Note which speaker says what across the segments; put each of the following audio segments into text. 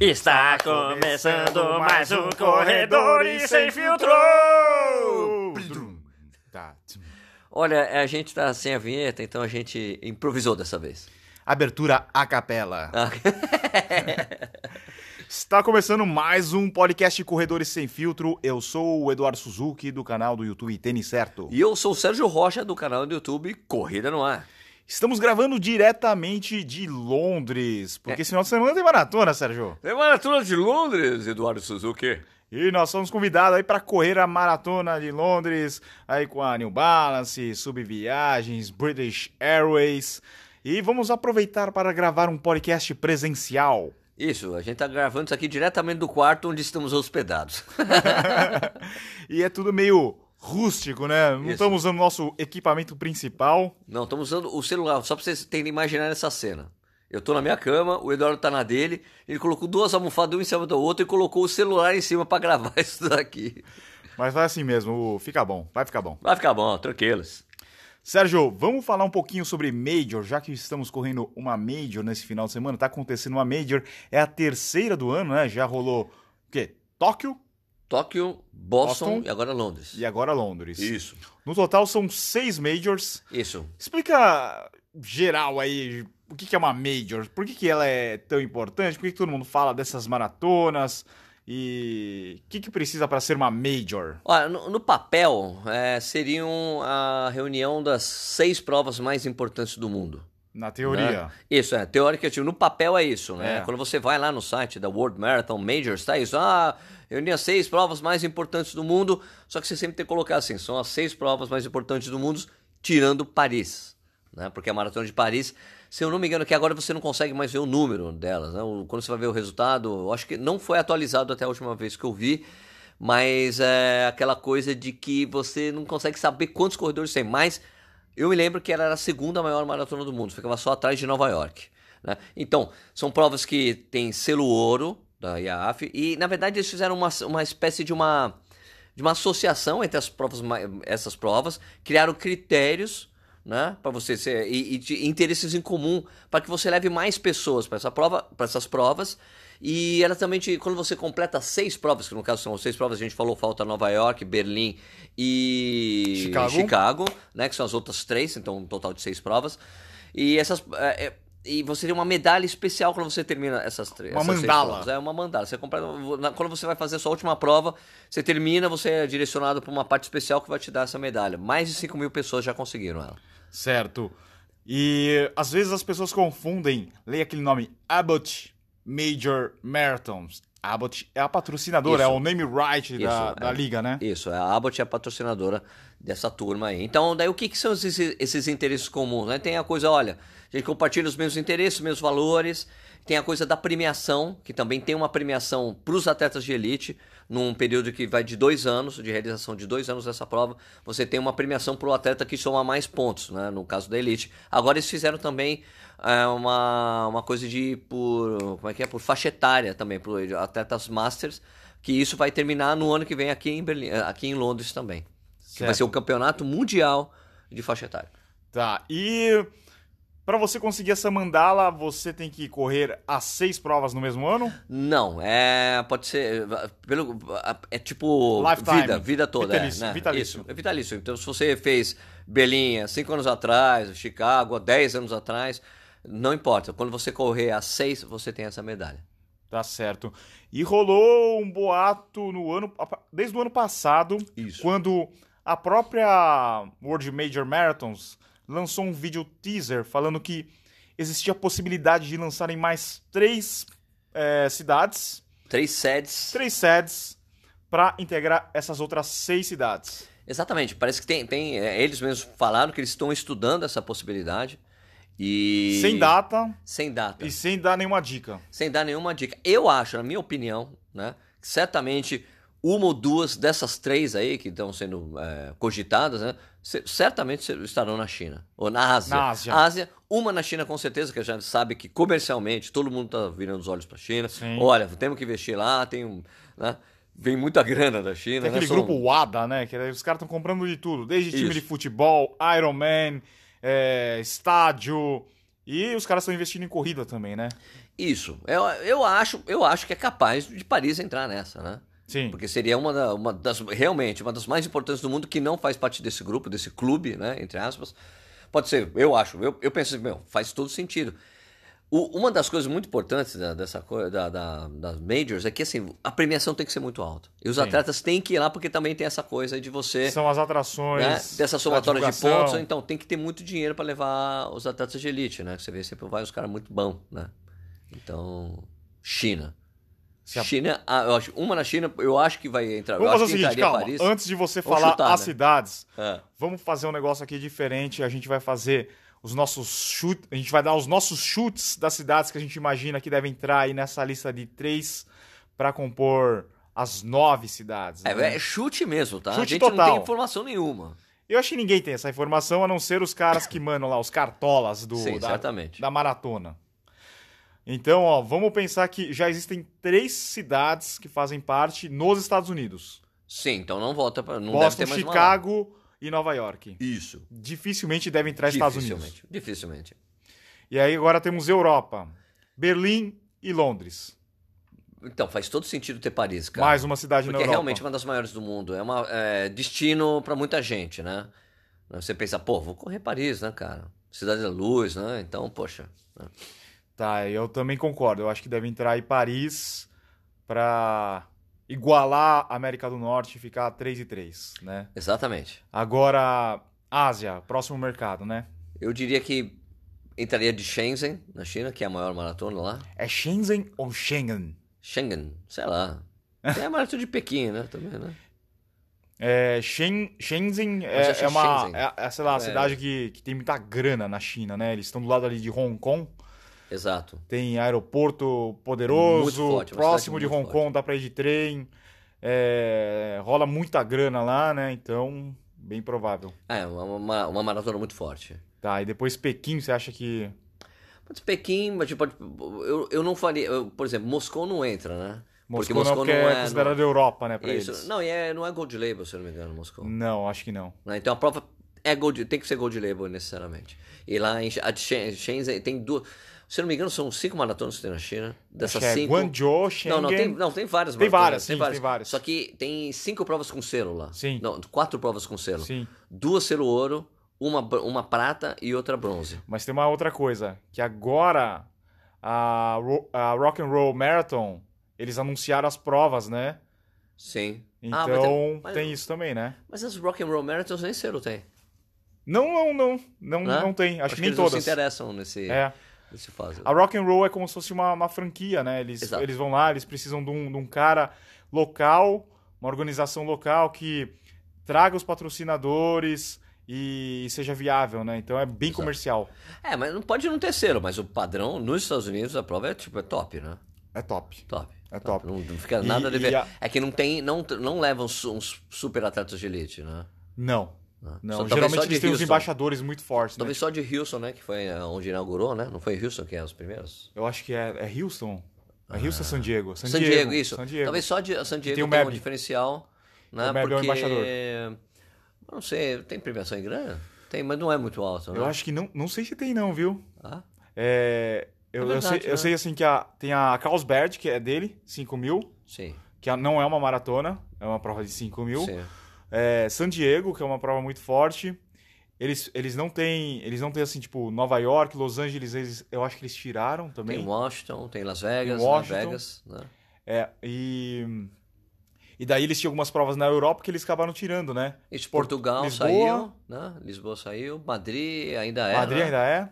Speaker 1: Está Tá começando mais um Corredores Sem Filtro!
Speaker 2: Tá.
Speaker 1: Olha, a gente tá sem a vinheta, então a gente improvisou dessa vez.
Speaker 2: Abertura a capela.
Speaker 1: Ah,
Speaker 2: Está começando mais um podcast Corredores Sem Filtro. Eu sou o Eduardo Suzuki, do canal do YouTube Tênis Certo.
Speaker 1: E eu sou o Sérgio Rocha, do canal do YouTube Corrida no Ar.
Speaker 2: Estamos gravando diretamente de Londres,
Speaker 1: É.
Speaker 2: porque esse final de semana tem maratona, Sérgio.
Speaker 1: Maratona de Londres, Eduardo Suzuki.
Speaker 2: E nós somos convidados aí para correr a maratona de Londres, aí com a New Balance, Subviagens, British Airways. E vamos aproveitar para gravar um podcast presencial.
Speaker 1: Isso, a gente tá gravando isso aqui diretamente do quarto onde estamos hospedados.
Speaker 2: E é tudo meio rústico, né? Não
Speaker 1: Isso.
Speaker 2: estamos usando nosso equipamento principal.
Speaker 1: Não, estamos usando o celular, só pra vocês terem imaginar essa cena. Eu tô na minha cama, o Eduardo tá na dele, ele colocou duas almofadas, um em cima do outro, e colocou o celular em cima pra gravar isso daqui.
Speaker 2: Mas vai assim mesmo, o- fica bom, vai ficar bom.
Speaker 1: Vai ficar bom, tranquilos.
Speaker 2: Sérgio, vamos falar um pouquinho sobre Major, já que estamos correndo uma Major nesse final de semana. Tá acontecendo uma Major, é a terceira do ano, né? Já rolou o quê? Tóquio
Speaker 1: Tóquio, Boston,
Speaker 2: Boston.
Speaker 1: e agora Londres.
Speaker 2: e agora Londres.
Speaker 1: Isso.
Speaker 2: No total são seis Majors.
Speaker 1: Isso.
Speaker 2: Explica geral aí o que que é uma Major, por que, que ela é tão importante, por que, que todo mundo fala dessas maratonas e o que, que precisa para ser uma Major?
Speaker 1: Olha, no, no papel, é, seriam a reunião das seis provas mais importantes do mundo.
Speaker 2: Na teoria.
Speaker 1: né? Isso, é. Teórica, tipo, no papel é isso, né?
Speaker 2: É.
Speaker 1: Quando você vai lá no site da World Marathon Majors, tá isso. Ah, reunião as seis provas mais importantes do mundo. Só que você sempre tem que colocar assim, são as seis provas mais importantes do mundo, tirando Paris. Né? Porque a Maratona de Paris, se eu não me engano, que agora você não consegue mais ver o número delas. Né? O- Quando você vai ver o resultado, eu acho que não foi atualizado até a última vez que eu vi. Mas é aquela coisa de que você não consegue saber quantos corredores tem. Mas eu me lembro que ela era a segunda maior maratona do mundo, ficava só atrás de Nova York. né? Então, são provas que tem selo ouro da IAAF e, na verdade, eles fizeram uma, uma espécie de uma, de uma associação entre as provas, ma- essas provas, criaram critérios né, para você ser, e, e de interesses em comum para que você leve mais pessoas para essa prova, para essas provas. E ela também, te, quando você completa seis provas, que no caso são seis provas, a gente falou, falta Nova York, Berlim e
Speaker 2: Chicago.
Speaker 1: Chicago, né? Que são as outras três, então um total de seis provas. E essas. é, é, e você tem uma medalha especial quando você termina essas três.
Speaker 2: Uma
Speaker 1: essas seis
Speaker 2: mandala.
Speaker 1: provas. É uma mandala. Você completa, na- quando você vai fazer a sua última prova, você termina, você é direcionado para uma parte especial que vai te dar essa medalha. Mais de 5 mil pessoas já conseguiram ela.
Speaker 2: Certo. E às vezes as pessoas confundem, leia aquele nome, Abbott Major Marathons. Abbott é a patrocinadora,
Speaker 1: Isso.
Speaker 2: é o name right da,
Speaker 1: Isso,
Speaker 2: da
Speaker 1: é.
Speaker 2: liga, né?
Speaker 1: Isso, a Abbott é a patrocinadora dessa turma aí. Então, daí o que, que são esses, esses interesses comuns? né? Tem a coisa, olha, a gente compartilha os mesmos interesses, os mesmos valores. Tem a coisa da premiação, que também tem uma premiação para os atletas de elite, num período que vai de dois anos, de realização de dois anos dessa prova, você tem uma premiação para o atleta que soma mais pontos, né? no caso da elite. Agora eles fizeram também é, uma, uma coisa de por, como é que é? por faixa etária também, para atletas masters, que isso vai terminar no ano que vem aqui em Berlim, eh, aqui em Londres também. Que vai
Speaker 2: Certo.
Speaker 1: ser o campeonato mundial de faixa etária.
Speaker 2: Tá. E para você conseguir essa mandala, você tem que correr as seis provas no mesmo ano?
Speaker 1: Não, é pode ser eh, pelo é tipo
Speaker 2: Lifetime.
Speaker 1: vida, vida toda,
Speaker 2: Vitalício,
Speaker 1: é, né?
Speaker 2: vitalício.
Speaker 1: Isso, é vitalício. Então se você fez Berlim há cinco anos atrás, Chicago há 10 anos atrás, não importa. Quando você correr a seis, você tem essa medalha.
Speaker 2: Tá certo. E rolou um boato no ano desde o ano passado,
Speaker 1: Isso.
Speaker 2: quando a própria World Major Marathons lançou um vídeo teaser falando que existia a possibilidade de lançarem mais três eh, cidades,
Speaker 1: Três sedes.
Speaker 2: três sedes, para integrar essas outras seis cidades.
Speaker 1: Exatamente, parece que tem, tem é, eles mesmos falaram que eles estão estudando essa possibilidade e
Speaker 2: Sem data
Speaker 1: sem data.
Speaker 2: e sem dar nenhuma dica.
Speaker 1: sem dar nenhuma dica. Eu acho, na minha opinião, né, que certamente uma ou duas dessas três aí que estão sendo é, cogitadas, né, se- certamente se- estarão na China ou na Ásia.
Speaker 2: Na Ásia.
Speaker 1: uma na China com certeza, que a gente sabe que comercialmente todo mundo está virando os olhos para a China.
Speaker 2: Sim.
Speaker 1: Olha, temos que investir lá, tem um, né, vem muita grana da China.
Speaker 2: Tem
Speaker 1: né,
Speaker 2: aquele
Speaker 1: são-
Speaker 2: grupo WADA, né? Que os caras estão comprando de tudo. Desde time
Speaker 1: Isso.
Speaker 2: de futebol, Ironman, é, estádio. E os caras estão investindo em corrida também, né?
Speaker 1: Isso. Eu, eu, acho, eu acho que é capaz de Paris entrar nessa, né?
Speaker 2: Sim.
Speaker 1: Porque seria uma, da- uma das, realmente, uma das mais importantes do mundo que não faz parte desse grupo, desse clube, né? Entre aspas. Pode ser, eu acho, eu, eu penso, meu, faz todo sentido. O- uma das coisas muito importantes da- dessa coisa, da, da- das majors é que, assim, a premiação tem que ser muito alta. E os atletas têm que ir lá porque também tem essa coisa de você
Speaker 2: São as atrações.
Speaker 1: né? Dessa
Speaker 2: da
Speaker 1: somatória de
Speaker 2: divulgação.
Speaker 1: pontos, então tem que ter muito dinheiro para levar os atletas de elite, né? Que Você vê sempre vai os caras muito bons, né? Então, China.
Speaker 2: Se a-
Speaker 1: China, ah, eu acho, uma na China, eu acho que vai entrar.
Speaker 2: Vamos
Speaker 1: eu
Speaker 2: fazer
Speaker 1: acho
Speaker 2: o
Speaker 1: que
Speaker 2: seguinte,
Speaker 1: entraria
Speaker 2: calma.
Speaker 1: Paris.
Speaker 2: Antes de você
Speaker 1: Vamos
Speaker 2: falar
Speaker 1: chutar,
Speaker 2: as
Speaker 1: né?
Speaker 2: cidades,
Speaker 1: É.
Speaker 2: vamos fazer um negócio aqui diferente. A gente vai fazer os nossos chutes. A gente vai dar os nossos chutes das cidades que a gente imagina que devem entrar aí nessa lista de três para compor as nove cidades.
Speaker 1: É,
Speaker 2: né?
Speaker 1: é chute mesmo, tá? a
Speaker 2: Chute
Speaker 1: gente não
Speaker 2: total.
Speaker 1: tem informação nenhuma.
Speaker 2: Eu acho que ninguém tem essa informação, a não ser os caras que mandam lá, os cartolas do,
Speaker 1: Sim,
Speaker 2: da,
Speaker 1: certamente.
Speaker 2: da maratona. Então, ó, vamos pensar que já existem três cidades que fazem parte nos Estados Unidos:
Speaker 1: Sim, então não volta para não
Speaker 2: Boston,
Speaker 1: deve ter mais uma. lá.
Speaker 2: Chicago e Nova York.
Speaker 1: Isso.
Speaker 2: Dificilmente devem entrar Estados Unidos.
Speaker 1: Dificilmente. Dificilmente.
Speaker 2: E aí agora temos Europa, Berlim e Londres.
Speaker 1: Então faz todo sentido ter Paris, cara.
Speaker 2: Mais uma cidade na
Speaker 1: Porque é
Speaker 2: Europa.
Speaker 1: realmente uma das maiores do mundo. É um destino para muita gente, né? Você pensa, pô, vou correr Paris, né, cara? Cidade da Luz, né? Então, poxa. né?
Speaker 2: Tá, eu também concordo. Eu acho que deve entrar aí Paris pra igualar a América do Norte e ficar 3 e 3, né?
Speaker 1: Exatamente.
Speaker 2: Agora, Ásia, próximo mercado, né?
Speaker 1: Eu diria que entraria de Shenzhen, na China, que é a maior maratona lá.
Speaker 2: É Shenzhen ou Schengen?
Speaker 1: Schengen, sei lá. É a maratona de Pequim, né? Também, né?
Speaker 2: É, Shen, Shenzhen
Speaker 1: Mas
Speaker 2: é,
Speaker 1: acho
Speaker 2: é uma,
Speaker 1: Shenzhen.
Speaker 2: é, é, sei lá, a
Speaker 1: É.
Speaker 2: cidade que, que tem muita grana na China, né? Eles estão do lado ali de Hong Kong,
Speaker 1: Exato.
Speaker 2: tem aeroporto poderoso,
Speaker 1: Muito forte, uma
Speaker 2: próximo de
Speaker 1: cidade
Speaker 2: Hong
Speaker 1: muito
Speaker 2: Kong, dá pra ir de trem, é, rola muita grana lá, né? Então, bem provável.
Speaker 1: É, uma, uma, uma maratona muito forte.
Speaker 2: Tá, e depois Pequim, você acha que...
Speaker 1: Mas Pequim, mas tipo, eu, eu não faria. eu, por exemplo, Moscou não entra, né?
Speaker 2: Moscou, não, porque é considerada Europa, né, pra eles?
Speaker 1: Isso. Não, e é, não é Gold Label, se eu não me engano, Moscou.
Speaker 2: não, acho que não.
Speaker 1: né? Então a prova é gold, tem que ser gold label necessariamente. E lá em Sh- a de Shen- Shenzhen tem duas. Se eu não me engano, são cinco maratonas que tem na China. Dessas
Speaker 2: Acho que é
Speaker 1: cinco.
Speaker 2: Guangzhou, Schengen...
Speaker 1: Não, não, tem, não, tem várias
Speaker 2: Tem
Speaker 1: maratonas,
Speaker 2: várias, sim, tem várias.
Speaker 1: Só que tem cinco provas com selo lá.
Speaker 2: Sim.
Speaker 1: Não, quatro provas com selo.
Speaker 2: Sim.
Speaker 1: Duas selo ouro, uma, br- uma prata e outra bronze.
Speaker 2: Mas tem uma outra coisa, que agora a, Ro- a Rock and Roll Marathon, eles anunciaram as provas, né?
Speaker 1: Sim.
Speaker 2: Então
Speaker 1: Ah, mas
Speaker 2: tem,
Speaker 1: tem- mas-
Speaker 2: isso também, né?
Speaker 1: Mas as Rock and Roll Marathons nem selo tem.
Speaker 2: Não, não, não, não,
Speaker 1: Né?
Speaker 2: não tem. Acho,
Speaker 1: Acho
Speaker 2: que
Speaker 1: que
Speaker 2: nem
Speaker 1: eles não
Speaker 2: todas.
Speaker 1: se interessam nesse,
Speaker 2: É.
Speaker 1: nesse fase.
Speaker 2: A Rock and Roll é como se fosse uma, uma franquia, né? Eles,
Speaker 1: Exato.
Speaker 2: eles vão lá, eles precisam de um, de um cara local, uma organização local que traga os patrocinadores e seja viável, né? Então é bem
Speaker 1: Exato.
Speaker 2: comercial.
Speaker 1: É, mas não pode não ter selo, mas o padrão nos Estados Unidos a prova é tipo é top, né?
Speaker 2: É top.
Speaker 1: Top.
Speaker 2: É top.
Speaker 1: Não, não fica
Speaker 2: E-
Speaker 1: nada a dever.
Speaker 2: e a-
Speaker 1: É que não tem, não, não levam su- uns super atletas de elite, né?
Speaker 2: Não.
Speaker 1: Não,
Speaker 2: Não,
Speaker 1: Só- talvez
Speaker 2: geralmente
Speaker 1: só de
Speaker 2: eles têm os
Speaker 1: Houston.
Speaker 2: embaixadores muito fortes, né?
Speaker 1: Talvez só de Houston, né? Que foi é, onde inaugurou, né? Não foi em Houston que é os primeiros?
Speaker 2: Eu acho que é, é Houston. É Houston ou San Diego?
Speaker 1: Ah. San Diego, isso.
Speaker 2: San Diego.
Speaker 1: Talvez só de San Diego
Speaker 2: tem o
Speaker 1: tenha um
Speaker 2: Meb.
Speaker 1: diferencial, né?
Speaker 2: O Meb é o
Speaker 1: Porque
Speaker 2: embaixador.
Speaker 1: eu não sei, tem premiação em grana? Tem, mas não é muito alto, né?
Speaker 2: Eu acho que não, não sei se tem não, viu?
Speaker 1: Ah,
Speaker 2: É, eu, eu
Speaker 1: verdade,
Speaker 2: sei, eu
Speaker 1: né?
Speaker 2: sei, assim que a, tem a Carlsberg, que é dele, 5 mil,
Speaker 1: sim,
Speaker 2: que a- não é uma maratona, é uma prova de 5 mil.
Speaker 1: sim.
Speaker 2: É, San Diego, que é uma prova muito forte. Eles, eles não têm, eles não têm assim, tipo, Nova York, Los Angeles, eles- eu acho que eles tiraram também.
Speaker 1: Tem Washington, tem Las Vegas,
Speaker 2: Tem Washington.
Speaker 1: né? Vegas, né?
Speaker 2: É, e e daí eles tinham algumas provas na Europa que eles acabaram tirando, né?
Speaker 1: Isso,
Speaker 2: Por-
Speaker 1: Portugal
Speaker 2: Lisboa.
Speaker 1: saiu, né? Lisboa saiu, Madrid ainda é,
Speaker 2: Madrid
Speaker 1: né?
Speaker 2: ainda é.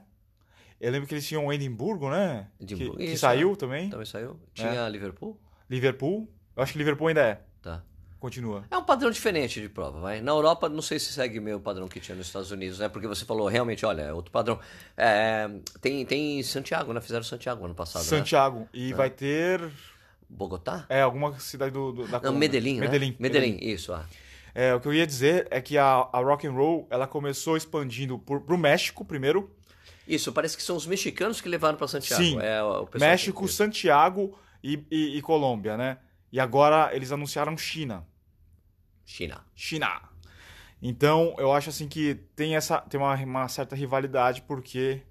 Speaker 2: Eu lembro que eles tinham Edimburgo, né?
Speaker 1: Edimburgo,
Speaker 2: que, que
Speaker 1: isso, é.
Speaker 2: saiu também.
Speaker 1: Também saiu.
Speaker 2: É.
Speaker 1: Tinha Liverpool?
Speaker 2: Liverpool. Eu acho que Liverpool ainda é.
Speaker 1: Tá.
Speaker 2: Continua.
Speaker 1: É um padrão diferente de prova, vai. Na Europa, não sei se segue o mesmo padrão que tinha nos Estados Unidos, né? Porque você falou, realmente, olha, é outro padrão. É, tem, tem Santiago, né? Fizeram Santiago ano passado, né?
Speaker 2: Santiago. E vai ter.
Speaker 1: Bogotá?
Speaker 2: É, alguma cidade do, do- da
Speaker 1: Não,
Speaker 2: Colômbia.
Speaker 1: Medellín, né?
Speaker 2: Tá Medellín.
Speaker 1: Medellín, isso, ah.
Speaker 2: É, o que eu ia dizer é que a, a rock and roll ela começou expandindo por, pro México primeiro.
Speaker 1: Isso, parece que são os mexicanos que levaram pra Santiago.
Speaker 2: Sim.
Speaker 1: É, o pessoal
Speaker 2: México,
Speaker 1: que-
Speaker 2: Santiago e, e- e Colômbia, né? E agora eles anunciaram China.
Speaker 1: China.
Speaker 2: China. Então, eu acho assim que tem essa tem uma, uma certa rivalidade porque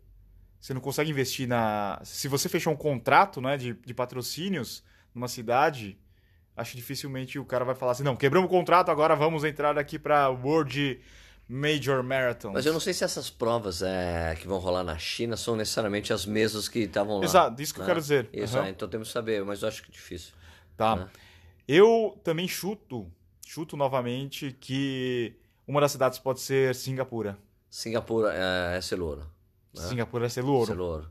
Speaker 2: Você não consegue investir na. Se você fechar um contrato né, de, de patrocínios numa cidade, acho que dificilmente o cara vai falar assim: não, quebramos o contrato, agora vamos entrar aqui para World Major Marathon.
Speaker 1: Mas eu não sei se essas provas é, que vão rolar na China são necessariamente as mesmas que estavam lá.
Speaker 2: Exato, isso que eu
Speaker 1: né?
Speaker 2: quero dizer.
Speaker 1: Isso,
Speaker 2: Aham.
Speaker 1: ah, então temos que saber, mas eu acho que é difícil.
Speaker 2: Tá.
Speaker 1: né?
Speaker 2: Eu também chuto, chuto novamente que uma das cidades pode ser Singapura.
Speaker 1: Singapura é, é Celouro. né?
Speaker 2: Singapura é Celouro.
Speaker 1: Celouro.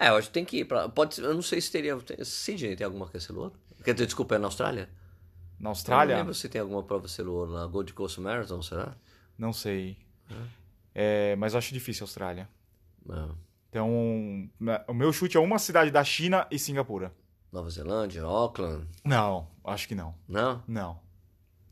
Speaker 1: É, eu acho que tem que ir pra. Pode, ser- eu não sei se teria. Tem, Sydney tem alguma que é Celouro? Quer dizer, desculpa, é na Austrália?
Speaker 2: Na
Speaker 1: Eu
Speaker 2: Austrália?
Speaker 1: não
Speaker 2: Não,
Speaker 1: lembro se tem alguma prova Celouro na Gold Coast Marathon, será?
Speaker 2: sei. É, mas eu acho difícil a Austrália.
Speaker 1: Não.
Speaker 2: Então, na- o meu chute é uma cidade da China e Singapura.
Speaker 1: Nova Zelândia, Auckland.
Speaker 2: Não, acho que não.
Speaker 1: Não?
Speaker 2: Não,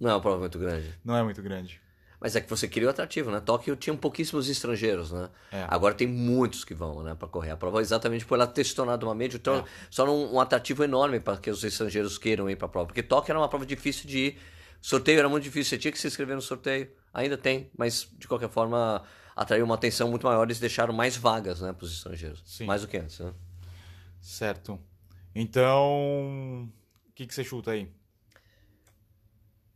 Speaker 1: Não é uma prova muito grande.
Speaker 2: não é muito grande.
Speaker 1: Mas é que você queria o atrativo, né? Tóquio tinha pouquíssimos estrangeiros, né?
Speaker 2: É.
Speaker 1: Agora tem muitos que vão, né, para correr a prova, exatamente por ela ter se tornado uma média, então
Speaker 2: É.
Speaker 1: só um, um atrativo enorme para que os estrangeiros queiram ir para a prova, porque Tóquio era uma prova difícil de ir. Sorteio era muito difícil, você tinha que se inscrever no sorteio. Ainda tem, mas de qualquer forma atraiu uma atenção muito maior, eles deixaram mais vagas, né, para os estrangeiros.
Speaker 2: Sim.
Speaker 1: Mais do que antes, né?
Speaker 2: Certo. Então, o que, que você chuta aí?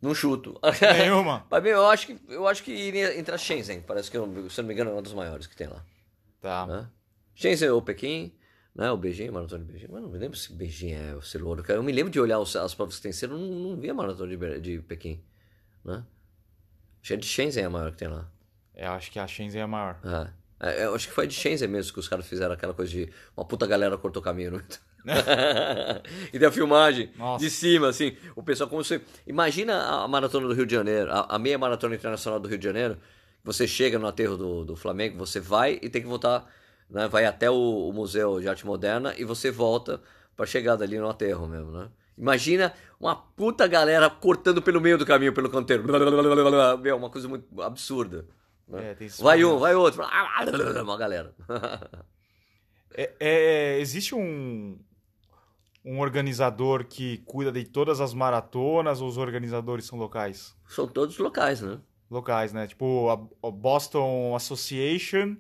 Speaker 1: Não chuto.
Speaker 2: Nenhuma?
Speaker 1: Mas bem, eu acho que eu acho que iria entrar Shenzhen, parece que eu- se eu não me engano é uma das maiores que tem lá.
Speaker 2: Tá.
Speaker 1: né? Shenzhen ou Pequim, né? O Beijing, maratona de Beijing. Mas não me lembro se Beijing é o celular. cara. Eu me lembro de olhar os- as provas que tem cedo, eu não, não vi a maratona de, Be- de Pequim, né? Acho que é de Shenzhen a maior que tem lá.
Speaker 2: Eu acho que a Shenzhen é a maior.
Speaker 1: É. É, Eu acho que foi de Shenzhen mesmo que os caras fizeram aquela coisa de uma puta galera cortou caminho. né? e da filmagem
Speaker 2: Nossa.
Speaker 1: de cima, assim. O pessoal, como você. Imagina a- a maratona do Rio de Janeiro, a, a meia maratona internacional do Rio de Janeiro. Você chega no aterro do, do Flamengo, você vai e tem que voltar. Né? Vai até o, o Museu de Arte Moderna e você volta pra chegar dali no aterro mesmo, né? Imagina uma puta galera cortando pelo meio do caminho, pelo canteiro. Meu, uma coisa muito absurda. né?
Speaker 2: É, tem esses
Speaker 1: vai um,
Speaker 2: problemas.
Speaker 1: vai outro. Uma galera.
Speaker 2: É- é- existe um, um organizador que cuida de todas as maratonas ou os organizadores são locais?
Speaker 1: São todos locais, né?
Speaker 2: Locais, né? Tipo, a, a Boston Association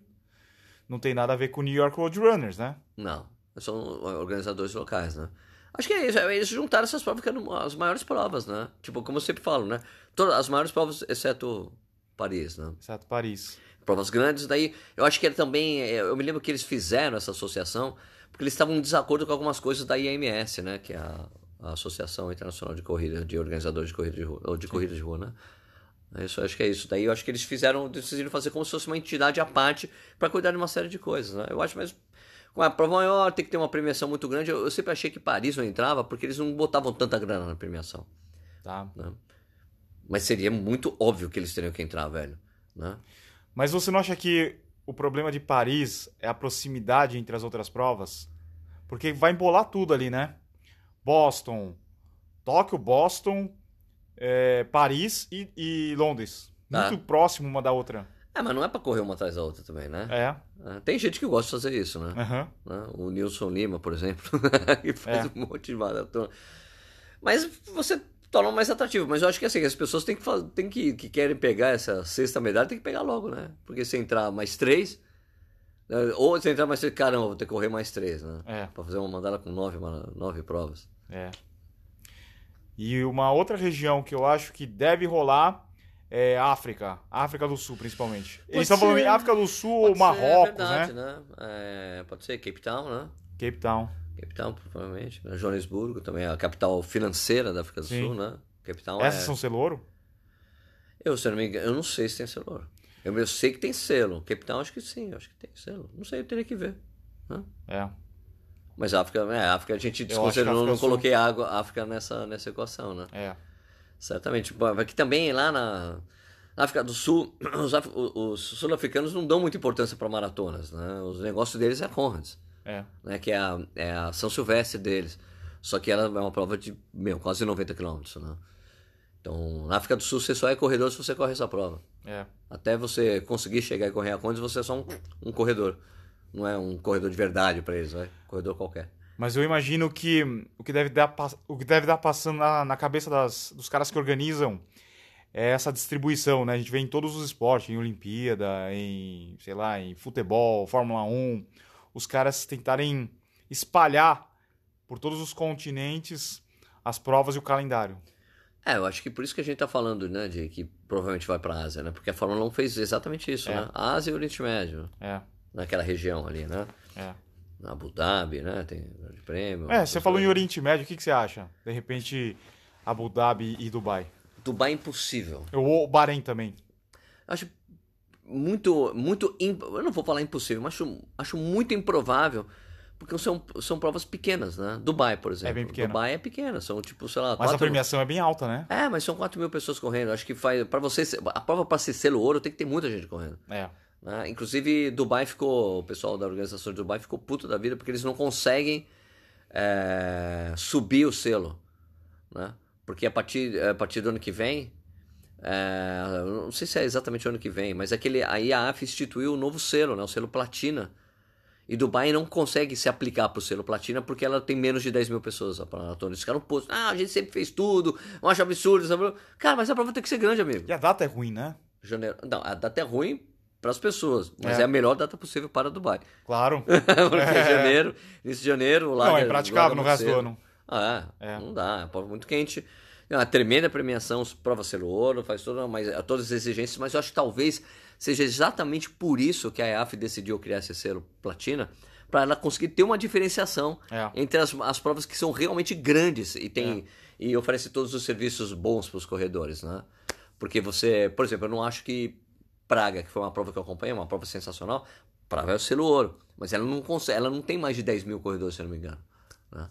Speaker 2: não tem nada a ver com o New York Road Runners, né?
Speaker 1: Não, são organizadores locais, né? Acho que é isso, é- eles juntaram essas provas que eram as maiores provas, né? Tipo, como eu sempre falo, né? Todas as maiores provas, exceto Paris, né?
Speaker 2: Exato, Paris.
Speaker 1: Provas grandes, daí eu acho que ele também, é, eu me lembro que eles fizeram essa associação porque eles estavam em desacordo com algumas coisas da IMS, né? Que é a, a Associação Internacional de Corrida, de Organizadores de Corrida de Rua, ou de Corrida de Rua, né? É Isso, acho que é isso. Daí eu acho que eles fizeram, decidiram fazer como se fosse uma entidade à parte para cuidar de uma série de coisas, né? Eu acho mesmo. Com a prova maior, tem que ter uma premiação muito grande. Eu, eu sempre achei que Paris não entrava porque eles não botavam tanta grana na premiação,
Speaker 2: Tá.
Speaker 1: né? Mas seria muito óbvio que eles teriam que entrar, velho, né?
Speaker 2: Mas você não acha que o problema de Paris é a proximidade entre as outras provas? Porque vai embolar tudo ali, né? Boston, Tóquio, Boston, é, Paris e, e Londres.
Speaker 1: Tá.
Speaker 2: Muito próximo uma da outra.
Speaker 1: É, mas não é pra correr uma atrás da outra também, né?
Speaker 2: É.
Speaker 1: É, Tem gente que gosta de fazer isso, né?
Speaker 2: aham.
Speaker 1: Né? O Nilson Lima, por exemplo, que faz
Speaker 2: É.
Speaker 1: um monte de maratona. Mas você torna mais atrativo. Mas eu acho que assim, as pessoas têm que, fa- têm que, que querem pegar essa sexta medalha, tem que pegar logo, né? Porque se entrar mais três, né? ou se entrar mais três, caramba, vou ter que correr mais três, né?
Speaker 2: É,
Speaker 1: Pra fazer uma mandala com nove, mara- nove provas.
Speaker 2: é. E uma outra região que eu acho que deve rolar é a África. África do Sul, principalmente. Eles estão
Speaker 1: ser.
Speaker 2: falando em África do Sul ou
Speaker 1: Pode ser, é
Speaker 2: Marrocos,
Speaker 1: verdade,
Speaker 2: né?
Speaker 1: né? É, pode ser Cape Town, né?
Speaker 2: Cape Town.
Speaker 1: Cape Town, provavelmente. né? Joanesburgo também é a capital financeira da África do
Speaker 2: Sim.
Speaker 1: Sul, né? Cape Town
Speaker 2: Essas
Speaker 1: é...
Speaker 2: são Celouro?
Speaker 1: Eu, se eu não me engano, eu não sei se tem celular. Eu, eu sei que tem selo. Cape Town, acho que sim, acho que tem selo. Não sei, eu teria que ver. né?
Speaker 2: É.
Speaker 1: Mas a África, é, a África a gente
Speaker 2: que a África
Speaker 1: desconsiderou, não
Speaker 2: Sul-
Speaker 1: coloquei a água, a África nessa, nessa equação, né?
Speaker 2: É.
Speaker 1: Certamente. Bom, Aqui também, lá na na África do Sul, os, af- o- os sul-africanos não dão muita importância para maratonas, né? Os negócios deles é Conrads.
Speaker 2: É.
Speaker 1: né, que é a, é a São Silvestre deles. Só que ela é uma prova de, meu, quase 90 quilômetros, né? Então, na África do Sul, você só é corredor se você corre essa prova.
Speaker 2: É.
Speaker 1: Até você conseguir chegar e correr a Condes, você é só um, um corredor. Não é um corredor de verdade pra eles, vai. Corredor qualquer.
Speaker 2: Mas eu imagino que o que deve dar, pas- o que deve dar passando na, na cabeça das, dos caras que organizam é essa distribuição, né? A gente vê em todos os esportes, em Olimpíada, em, sei lá, em futebol, Fórmula 1. os caras tentarem espalhar por todos os continentes as provas e o calendário.
Speaker 1: É, eu acho que por isso que a gente tá falando, né, de que provavelmente vai pra Ásia, né? Porque a Fórmula 1 fez exatamente isso,
Speaker 2: É.
Speaker 1: né? Ásia e Oriente Médio,
Speaker 2: É,
Speaker 1: naquela região ali, né?
Speaker 2: é.
Speaker 1: Na Abu Dhabi, né? Tem grande prêmio.
Speaker 2: É, você
Speaker 1: essas
Speaker 2: falou em
Speaker 1: coisas.
Speaker 2: Oriente Médio, o que, que você acha? De repente, Abu Dhabi e Dubai.
Speaker 1: Dubai é impossível.
Speaker 2: Ou Bahrein também.
Speaker 1: Acho muito, muito. imp- Eu não vou falar impossível, mas acho, acho muito improvável. Porque são, são provas pequenas, né? Dubai, por exemplo.
Speaker 2: bem pequena.
Speaker 1: Dubai é pequena, são tipo, sei lá,
Speaker 2: Mas a
Speaker 1: quatro-
Speaker 2: premiação é bem alta, né?
Speaker 1: É, mas são 4 mil pessoas correndo. Acho que faz. para você. ser- A prova para ser selo ouro tem que ter muita gente correndo.
Speaker 2: É.
Speaker 1: né? Inclusive, Dubai ficou. O pessoal da organização de Dubai ficou puto da vida porque eles não conseguem é, subir o selo. Né? Porque a partir, é, a partir do ano que vem. é, eu não sei se é exatamente o ano que vem, mas aquele, a IAAF instituiu o novo selo, né? o selo platina. E Dubai não consegue se aplicar para o selo platina porque ela tem menos de 10 mil pessoas a maratona. Eles ficaram postos. Ah, a gente sempre fez tudo, eu acho absurdo. sabe?" Cara, mas a prova tem que ser grande, amigo.
Speaker 2: E a data é ruim, né?
Speaker 1: Janeiro. Não, a data é ruim para as pessoas, mas
Speaker 2: É.
Speaker 1: é. a melhor data possível para Dubai.
Speaker 2: Claro.
Speaker 1: Porque é janeiro, início de janeiro, lá.
Speaker 2: Não, é impraticável no resto do ano.
Speaker 1: Ah, é. Não dá, é uma prova muito quente. É uma tremenda premiação, prova selo ouro, faz toda, mas, é, todas as exigências, mas eu acho que talvez seja exatamente por isso que a EAF decidiu criar esse selo platina, para ela conseguir ter uma diferenciação
Speaker 2: É.
Speaker 1: entre as, as provas que são realmente grandes e tem e oferece todos os serviços bons para os corredores, né? Porque você, por exemplo, eu não acho que Praga, que foi uma prova que eu acompanhei, uma prova sensacional, Praga é o selo ouro, mas ela não consegue, ela não tem mais de 10 mil corredores, se eu não me engano, né?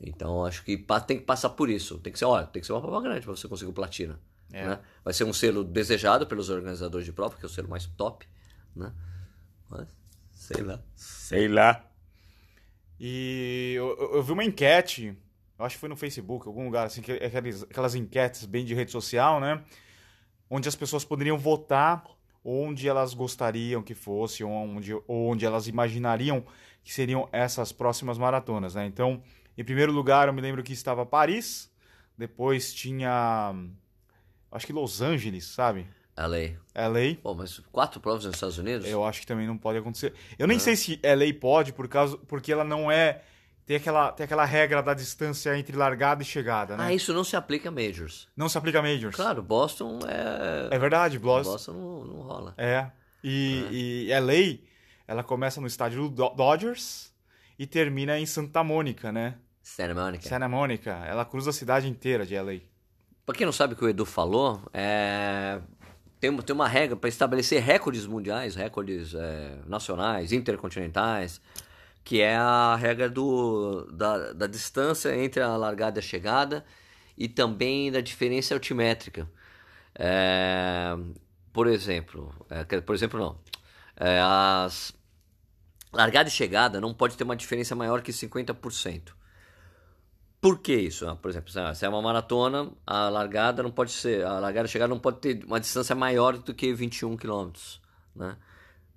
Speaker 1: Então acho que pa- tem que passar por isso, tem que ser, olha, tem que ser uma prova grande para você conseguir o platina,
Speaker 2: É.
Speaker 1: né? Vai ser um selo desejado pelos organizadores de prova, que é o selo mais top, né? Mas sei lá.
Speaker 2: Sei lá. E eu, eu- eu vi uma enquete, eu acho que foi no Facebook, algum lugar assim, que- aquelas, aquelas enquetes bem de rede social, né? Onde as pessoas poderiam votar onde elas gostariam que fosse, ou onde, ou onde elas imaginariam que seriam essas próximas maratonas, né? Então, em primeiro lugar, eu me lembro que estava Paris, depois tinha, acho que Los Angeles, sabe?
Speaker 1: LA.
Speaker 2: LA,
Speaker 1: Pô, mas quatro provas nos Estados Unidos?
Speaker 2: Eu acho que também não pode acontecer. Eu nem sei se LA pode, por causa, porque ela não é. Tem aquela, tem aquela regra da distância entre largada e chegada, né?
Speaker 1: Ah, isso não se aplica a majors.
Speaker 2: Não se aplica a Majors.
Speaker 1: Claro, Boston é.
Speaker 2: É verdade, Bloss.
Speaker 1: Boston não, não rola.
Speaker 2: É. E, e LA, ela começa no estádio do Do- Dodgers e termina em Santa Mônica, né?
Speaker 1: Santa Monica.
Speaker 2: Santa Mônica. Ela cruza a cidade inteira de LA.
Speaker 1: Pra quem não sabe o que o Edu falou, é, tem, uma- tem uma regra para estabelecer recordes mundiais, recordes é, nacionais, intercontinentais, que é a regra do, da, da distância entre a largada e a chegada e também da diferença altimétrica. É, por exemplo, é, quer- por exemplo não, É, as largada e chegada não pode ter uma diferença maior que 50%. Por que isso? Ah, Por exemplo, se é- se é uma maratona, a largada não pode ser, a largada e chegada não pode ter uma distância maior do que 21 km, né?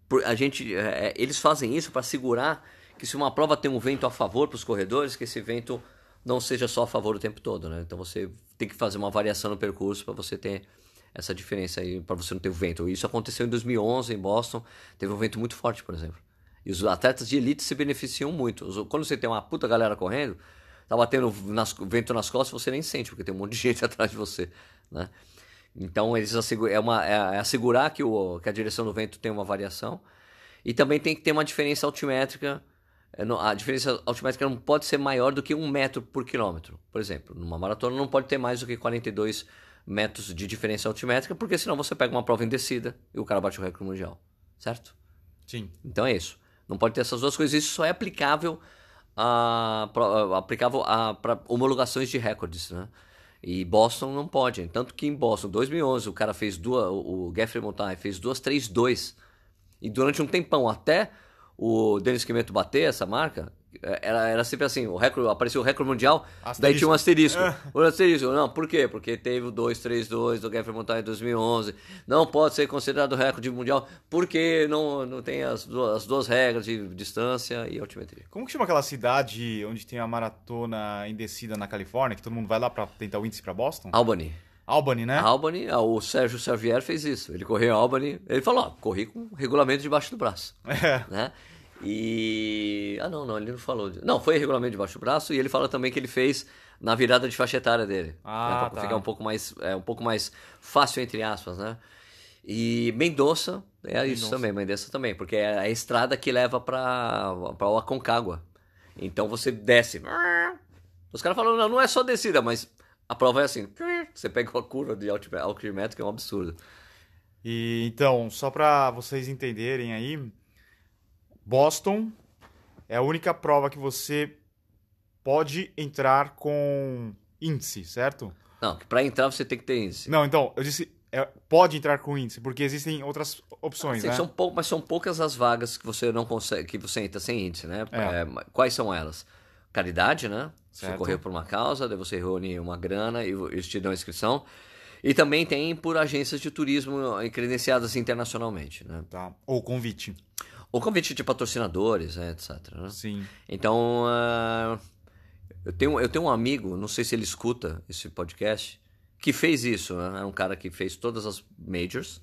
Speaker 1: Por- a gente, é, é, eles fazem isso para segurar que se uma prova tem um vento a favor para os corredores, que esse vento não seja só a favor o tempo todo, né? Então você tem que fazer uma variação no percurso para você ter essa diferença aí, para você não ter o vento. Isso aconteceu em 2011 em Boston, teve um vento muito forte, por exemplo. E os atletas de elite se beneficiam muito. Os- Quando você tem uma puta galera correndo, tá batendo nas- vento nas costas, você nem sente, porque tem um monte de gente atrás de você, né? Então eles assegu- é, uma, é- é assegurar que, o, que a direção do vento tem uma variação e também tem que ter uma diferença altimétrica. é, não- A diferença altimétrica não pode ser maior do que um metro por quilômetro, por exemplo. Numa maratona não pode ter mais do que 42 metros de diferença altimétrica, porque senão você pega uma prova em descida e o cara bate o recorde mundial, certo?
Speaker 2: Sim.
Speaker 1: Então é isso. Não pode ter essas duas coisas. Isso só é aplicável a, pro- aplicável a pra homologações de recordes, né? E Boston não pode. Tanto que em Boston, 2011, o cara fez duas, o o Geoffrey Montagne fez duas 3-2. E durante um tempão, até o Denis Quimento bater essa marca, eh, era, era sempre assim, o recorde, apareceu o recorde mundial, daí
Speaker 2: Asterisco.
Speaker 1: tinha um asterisco. O asterisco, não, por quê? Porque teve o 2-3-2 do Geoffrey Montagne em 2011, não pode ser considerado recorde mundial, porque não, não tem as duas, as duas regras de distância e altimetria.
Speaker 2: Como que chama aquela cidade onde tem a maratona em descida na Califórnia, que todo mundo vai lá pra tentar o índice pra Boston?
Speaker 1: Albany.
Speaker 2: Albany, né?
Speaker 1: Albany, ah, o Sérgio Xavier fez isso. Ele correu em Albany, ele falou, ó, corri com o regulamento debaixo do braço.
Speaker 2: É.
Speaker 1: né? E. Ah, não, não, ele não falou. de- Não, foi regulamento de baixo braço e ele fala também que ele fez na virada de faixa etária dele.
Speaker 2: Ah,
Speaker 1: né, pra
Speaker 2: tá.
Speaker 1: ficar um pouco, mais, é, um pouco mais fácil, entre aspas, né? E Mendonça, é isso também, Mendonça também, porque é a estrada que leva pra, pra o Aconcagua. Então você desce. Os caras falam, não, não é só descida, mas a prova é assim. Você pega uma curva de altime- altimétrico, que é um absurdo.
Speaker 2: E então, só para vocês entenderem aí, Boston é a única prova que você pode entrar com índice, certo?
Speaker 1: Não, que pra entrar você tem que ter índice.
Speaker 2: Não, então, eu disse é, pode entrar com índice, porque existem outras opções,
Speaker 1: Ah, Sim,
Speaker 2: né?
Speaker 1: são pou- mas são poucas as vagas que você não consegue, que você entra sem índice, né?
Speaker 2: É.
Speaker 1: É, ma- quais são elas? Caridade, né? Você
Speaker 2: Certo.
Speaker 1: correu por uma causa, daí você reúne uma grana e vo- eles te dão a inscrição. E também tem por agências de turismo eh, credenciadas internacionalmente, né?
Speaker 2: Tá. Ou convite.
Speaker 1: Ou convite de patrocinadores, né, etc. né?
Speaker 2: Sim.
Speaker 1: Então, ah, eu, tenho, eu tenho um amigo, não sei se ele escuta esse podcast, que fez isso. Né? É um cara que fez todas as majors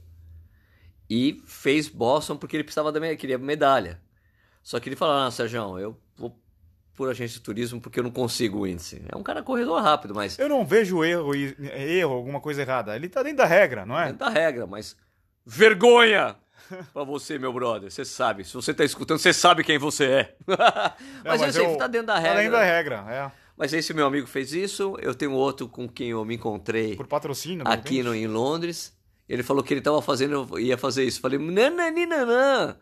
Speaker 1: e fez Boston porque ele precisava da me- queria medalha. Só que ele falou, ah, Sérgio, eu vou por agência de turismo porque eu não consigo o índice. É um cara corredor rápido, mas
Speaker 2: Eu não vejo erro, e- erro, alguma coisa errada. Ele tá dentro da regra, não é?
Speaker 1: dentro da regra, mas vergonha pra você, meu brother. Você sabe, se você tá escutando, você sabe quem você é. mas,
Speaker 2: não,
Speaker 1: eu sei, tá dentro da regra.
Speaker 2: Tá dentro da regra, é.
Speaker 1: Mas esse meu amigo fez isso. Eu tenho outro com quem eu me encontrei
Speaker 2: Por patrocínio, de
Speaker 1: aqui
Speaker 2: repente.
Speaker 1: no, em Londres. Ele falou que ele tava fazendo, ia fazer isso. Falei, nananina,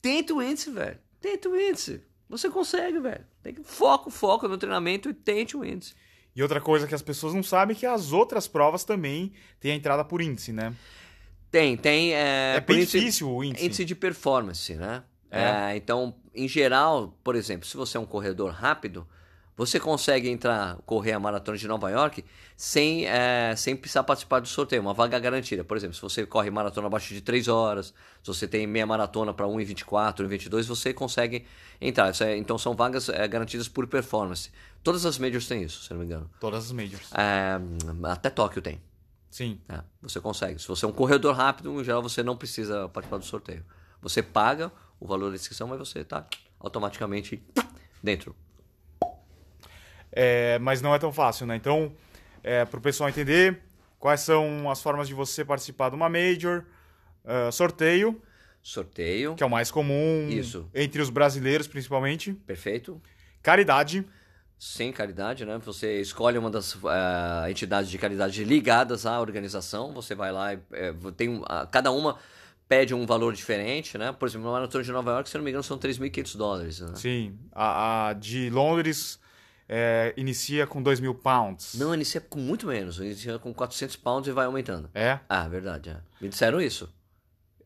Speaker 1: tenta o índice, velho. Tenta o índice. Você consegue, velho. Tem que foco, foco no treinamento e tente o índice.
Speaker 2: E outra coisa que as pessoas não sabem é que as outras provas também têm a entrada por índice, né?
Speaker 1: Tem, tem. É,
Speaker 2: É,
Speaker 1: por
Speaker 2: bem
Speaker 1: índice-
Speaker 2: difícil o índice.
Speaker 1: Índice de performance, né?
Speaker 2: É.
Speaker 1: É, então, em geral, por exemplo, se você é um corredor rápido, você consegue entrar, correr a maratona de Nova York sem, é, sem precisar participar do sorteio, uma vaga garantida. Por exemplo, se você corre maratona abaixo de 3 horas, se você tem meia maratona um para 1,24, 1,22, você consegue entrar. Isso é- então, são vagas é, garantidas por performance. Todas as majors têm isso, se eu não me engano.
Speaker 2: Todas as majors.
Speaker 1: É, até Tóquio tem.
Speaker 2: Sim.
Speaker 1: É, você consegue. Se você é um corredor rápido, em geral você não precisa participar do sorteio. Você paga o valor da inscrição, mas você está automaticamente dentro.
Speaker 2: É, mas não é tão fácil, né? Então, é, para o pessoal entender, quais são as formas de você participar de uma major, é, sorteio,
Speaker 1: Sorteio,
Speaker 2: que é o mais comum
Speaker 1: Isso.
Speaker 2: entre os brasileiros, principalmente,
Speaker 1: perfeito.
Speaker 2: caridade,
Speaker 1: Sem caridade, né? Você escolhe uma das eh, entidades de caridade ligadas à organização, você vai lá e eh, tem um- a- cada uma pede um valor diferente, né? Por exemplo, na maratona de Nova York, se eu não me engano, são 3.500 dólares, né?
Speaker 2: sim, a, a de Londres é, inicia com 2 mil pounds.
Speaker 1: Não, inicia com muito menos, inicia com 400 pounds e vai aumentando.
Speaker 2: É,
Speaker 1: Ah, verdade, é. Me disseram isso.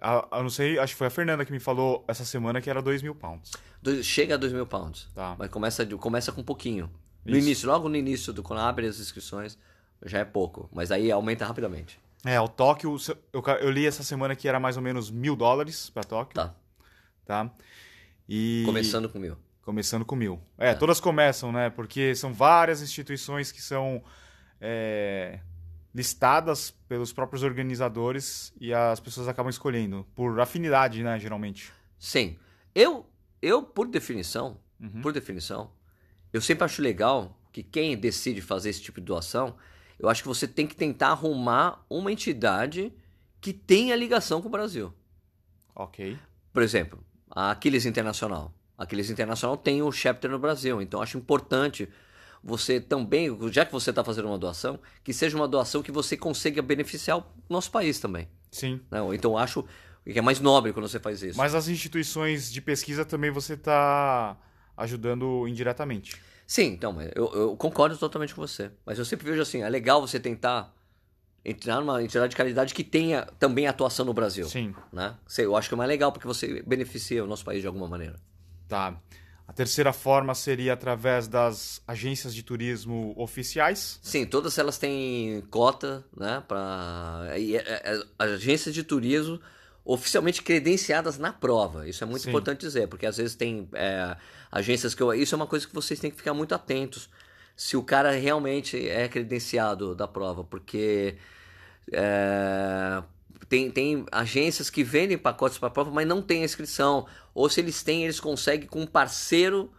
Speaker 2: a, eu não sei, acho que foi a Fernanda que me falou essa semana que era 2 mil pounds.
Speaker 1: Dois- chega a 2 mil pounds.
Speaker 2: Tá.
Speaker 1: Mas começa, de- começa com pouquinho. No
Speaker 2: Isso.
Speaker 1: início, logo no início, do, quando abre as inscrições, já é pouco. Mas aí aumenta rapidamente.
Speaker 2: É, o Tóquio, se- eu, ca- eu li essa semana que era mais ou menos mil dólares para Tóquio,
Speaker 1: Tá.
Speaker 2: tá? E...
Speaker 1: Começando Tá. com mil.
Speaker 2: Começando com mil. É, todas começam, né? Porque são várias instituições que são é, listadas pelos próprios organizadores e as pessoas acabam escolhendo por afinidade, né? Geralmente.
Speaker 1: Sim. Eu, eu por definição,
Speaker 2: Uhum.
Speaker 1: por definição, eu sempre acho legal que quem decide fazer esse tipo de doação, eu acho que você tem que tentar arrumar uma entidade que tenha ligação com o Brasil.
Speaker 2: Ok.
Speaker 1: Por exemplo, a Aquiles Internacional. A Aquiles Internacional tem o chapter no Brasil, então acho importante você também, já que você está fazendo uma doação, que seja uma doação que você consiga beneficiar o nosso país também.
Speaker 2: Sim.
Speaker 1: né? Ou Então acho que é mais nobre quando você faz isso.
Speaker 2: Mas as instituições de pesquisa também você está ajudando indiretamente.
Speaker 1: Sim, então, mas eu, eu concordo totalmente com você. Mas eu sempre vejo assim, é legal você tentar entrar numa entidade de caridade que tenha também atuação no Brasil.
Speaker 2: Sim.
Speaker 1: Né? Sei, Eu acho que é mais legal porque você beneficia o nosso país de alguma maneira.
Speaker 2: Tá. A terceira forma seria através das agências de turismo oficiais.
Speaker 1: Sim, todas elas têm cota, né, para e, é, é, agências de turismo oficialmente credenciadas na prova. Isso é muito
Speaker 2: Sim.
Speaker 1: importante dizer, porque às vezes tem é, agências que eu, isso é uma coisa que vocês têm que ficar muito atentos se o cara realmente é credenciado da prova, porque é, tem, tem agências que vendem pacotes para prova, mas não tem inscrição. Ou se eles têm, eles conseguem com um parceiro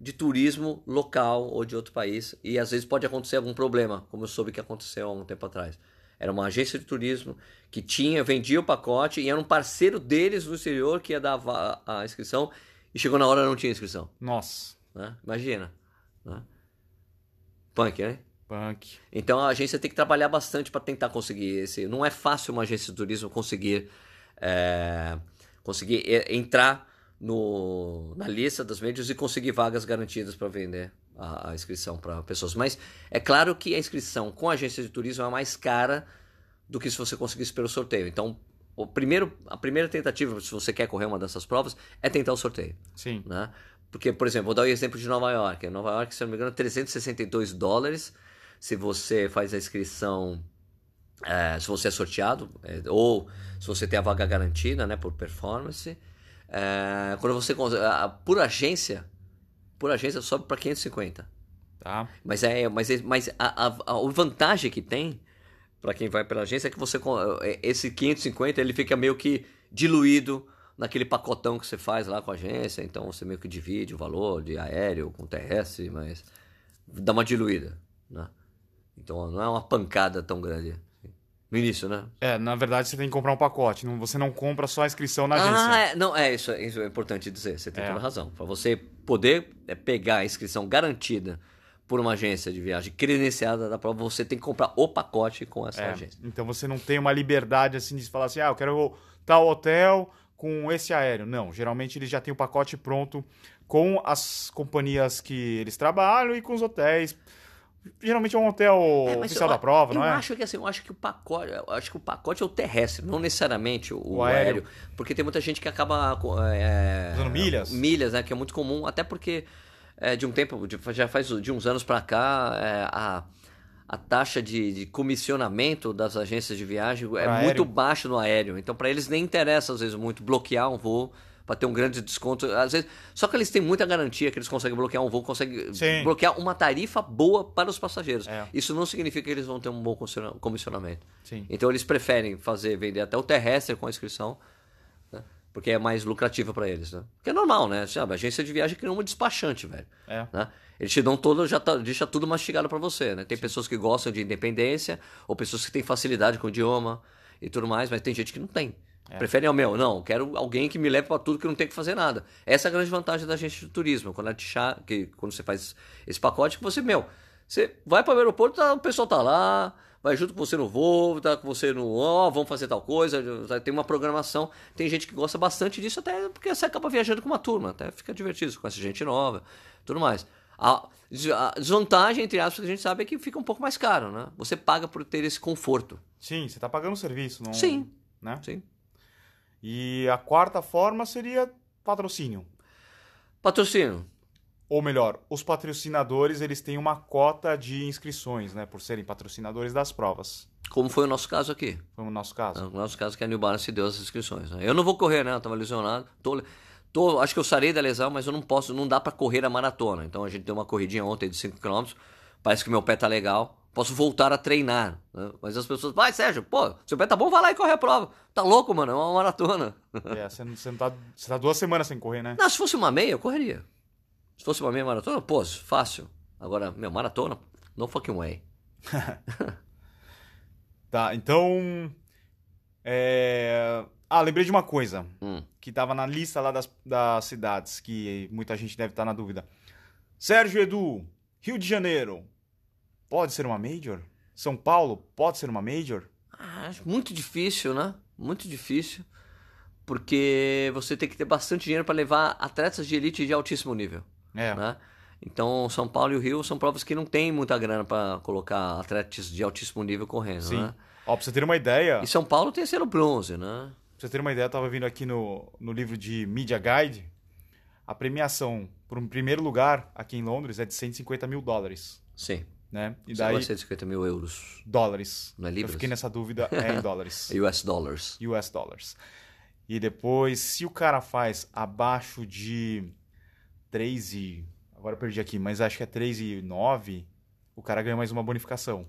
Speaker 1: de turismo local ou de outro país. E às vezes pode acontecer algum problema, como eu soube que aconteceu há um tempo atrás. Era uma agência de turismo que tinha, vendia o pacote e era um parceiro deles do exterior que ia dar a, a inscrição. E chegou na hora não tinha inscrição.
Speaker 2: Nossa.
Speaker 1: né? Imagina. né? Punk, né?
Speaker 2: Punk.
Speaker 1: Então a agência tem que trabalhar bastante para tentar conseguir esse. Não é fácil uma agência de turismo conseguir é, conseguir e- entrar no, na lista das médias e conseguir vagas garantidas para vender a, a inscrição para pessoas. Mas é claro que a inscrição com a agência de turismo é mais cara do que se você conseguisse pelo sorteio. Então o primeiro, a primeira tentativa, se você quer correr uma dessas provas, é tentar o sorteio
Speaker 2: Sim.
Speaker 1: né? Porque, por exemplo, vou dar o exemplo de Nova York. Em Nova York, se eu não me engano, é 362 dólares se você faz a inscrição, eh, se você é sorteado, eh, ou se você tem a vaga garantida, né, por performance. Eh, quando você cons- ah, por agência, por agência sobe para 550.
Speaker 2: Tá.
Speaker 1: Mas é, mas, é- mas a, a, a- a vantagem que tem para quem vai pela agência é que você con- eh, esse 550 ele fica meio que diluído naquele pacotão que você faz lá com a agência, então você meio que divide o valor de aéreo com TS, mas dá uma diluída, né? Então não é uma pancada tão grande assim. no início, né?
Speaker 2: É, na verdade você tem que comprar um pacote. não- você não compra só a inscrição na
Speaker 1: Ah,
Speaker 2: agência.
Speaker 1: é, não, é isso, isso é importante dizer, você tem
Speaker 2: É.
Speaker 1: toda a razão. Para você poder é, pegar a inscrição garantida por uma agência de viagem credenciada da prova, você tem que comprar o pacote com essa
Speaker 2: É,
Speaker 1: agência.
Speaker 2: Então você não tem uma liberdade assim de falar assim, ah, eu quero tal hotel com esse aéreo. Não, geralmente eles já têm o pacote pronto com as companhias que eles trabalham e com os hotéis. Geralmente é um hotel
Speaker 1: É, mas
Speaker 2: oficial
Speaker 1: eu-
Speaker 2: da prova,
Speaker 1: eu
Speaker 2: não é?
Speaker 1: acho que assim, eu acho que o pacote, eu acho que o pacote é o terrestre, não necessariamente o,
Speaker 2: O
Speaker 1: aéreo.
Speaker 2: aéreo.
Speaker 1: porque tem muita gente que acaba co- é,
Speaker 2: Usando milhas?
Speaker 1: milhas, né, que é muito comum, até porque é, de um tempo, de- já faz de uns anos pra cá, é, a a taxa de, de comissionamento das agências de viagem é
Speaker 2: Pra aéreo.
Speaker 1: muito baixa no aéreo. Então, pra eles nem interessa, às vezes, muito bloquear um voo pra ter um grande desconto. Às vezes, só que eles têm muita garantia que eles conseguem bloquear um voo, conseguem
Speaker 2: Sim.
Speaker 1: bloquear uma tarifa boa para os passageiros.
Speaker 2: É.
Speaker 1: Isso não significa que eles vão ter um bom comissiona- comissionamento.
Speaker 2: Sim.
Speaker 1: Então eles preferem fazer vender até o terrestre com a inscrição, né? porque é mais lucrativo para eles, né? Que é normal, né? Sabe, a agência de viagem criou um despachante, velho.
Speaker 2: É.
Speaker 1: né? Eles te dão todo, já tá- deixa tudo mastigado para você, né? Tem pessoas que gostam de independência, ou pessoas que têm facilidade com o idioma e tudo mais, mas tem gente que não tem. Preferem ao meu, não, quero alguém que me leve para tudo que eu não tenho que fazer nada. Essa é a grande vantagem da agência de turismo, quando, ela te cha- que, quando você faz esse pacote, que você, meu, você vai para o aeroporto, tá- o pessoal tá lá, vai junto com você no voo, tá com você no, ó, vamos fazer tal coisa, tá- tem uma programação. Tem gente que gosta bastante disso, até porque você acaba viajando com uma turma, até fica divertido, você conhece gente nova, tudo mais. A des- a desvantagem, entre aspas, que a gente sabe é que fica um pouco mais caro, né? Você paga por ter esse conforto.
Speaker 2: Sim, você tá pagando o serviço, não?
Speaker 1: Sim.
Speaker 2: Né?
Speaker 1: Sim.
Speaker 2: E a quarta forma seria patrocínio.
Speaker 1: Patrocínio.
Speaker 2: Ou melhor, os patrocinadores, eles têm uma cota de inscrições, né, por serem patrocinadores das provas.
Speaker 1: Como foi o nosso caso aqui.
Speaker 2: Foi o nosso caso.
Speaker 1: No nosso caso, que a New Balance deu as inscrições. né? Eu não vou correr, né? Eu tava lesionado. Tô, tô- acho que eu sarei da lesão, mas eu não posso, não dá pra correr a maratona. Então a gente deu uma corridinha ontem de 5km. Parece que meu pé tá legal. Posso voltar a treinar. né? Mas as pessoas, vai, Sérgio, pô, seu pé tá bom, vai lá e corre a prova. Tá louco, mano? É uma maratona.
Speaker 2: É, você, não- você não tá, você tá duas semanas sem correr, né?
Speaker 1: Não, se fosse uma meia, eu correria. Se fosse uma meia maratona, pô, fácil. Agora, meu, maratona, no fucking way.
Speaker 2: Tá, então. é, Ah, lembrei de uma coisa
Speaker 1: Hum.
Speaker 2: que tava na lista lá das, das cidades, que muita gente deve estar na dúvida. Sérgio Edu, Rio de Janeiro, pode ser uma Major? São Paulo, pode ser uma Major?
Speaker 1: Ah, acho muito difícil, né? Muito difícil. Porque você tem que ter bastante dinheiro para levar atletas de elite de altíssimo nível,
Speaker 2: É,
Speaker 1: né? Então, São Paulo e o Rio são provas que não tem muita grana para colocar atletas de altíssimo nível correndo,
Speaker 2: sim. tá.
Speaker 1: né?
Speaker 2: Ó, pra você ter uma ideia,
Speaker 1: E São Paulo tem selo bronze, né?
Speaker 2: Pra você ter uma ideia, eu tava vindo aqui no, no livro de Media Guide. A premiação por um primeiro lugar aqui em Londres é de 150 mil dólares,
Speaker 1: Sim.
Speaker 2: né? E
Speaker 1: São
Speaker 2: daí,
Speaker 1: 150 mil euros.
Speaker 2: dólares.
Speaker 1: Não é
Speaker 2: Eu
Speaker 1: libras?
Speaker 2: fiquei nessa dúvida, é em dólares.
Speaker 1: US dollars.
Speaker 2: US dollars. E depois, se o cara faz abaixo de 3 e... Agora eu perdi aqui, mas acho que é 3 e 9, o cara ganha mais uma bonificação.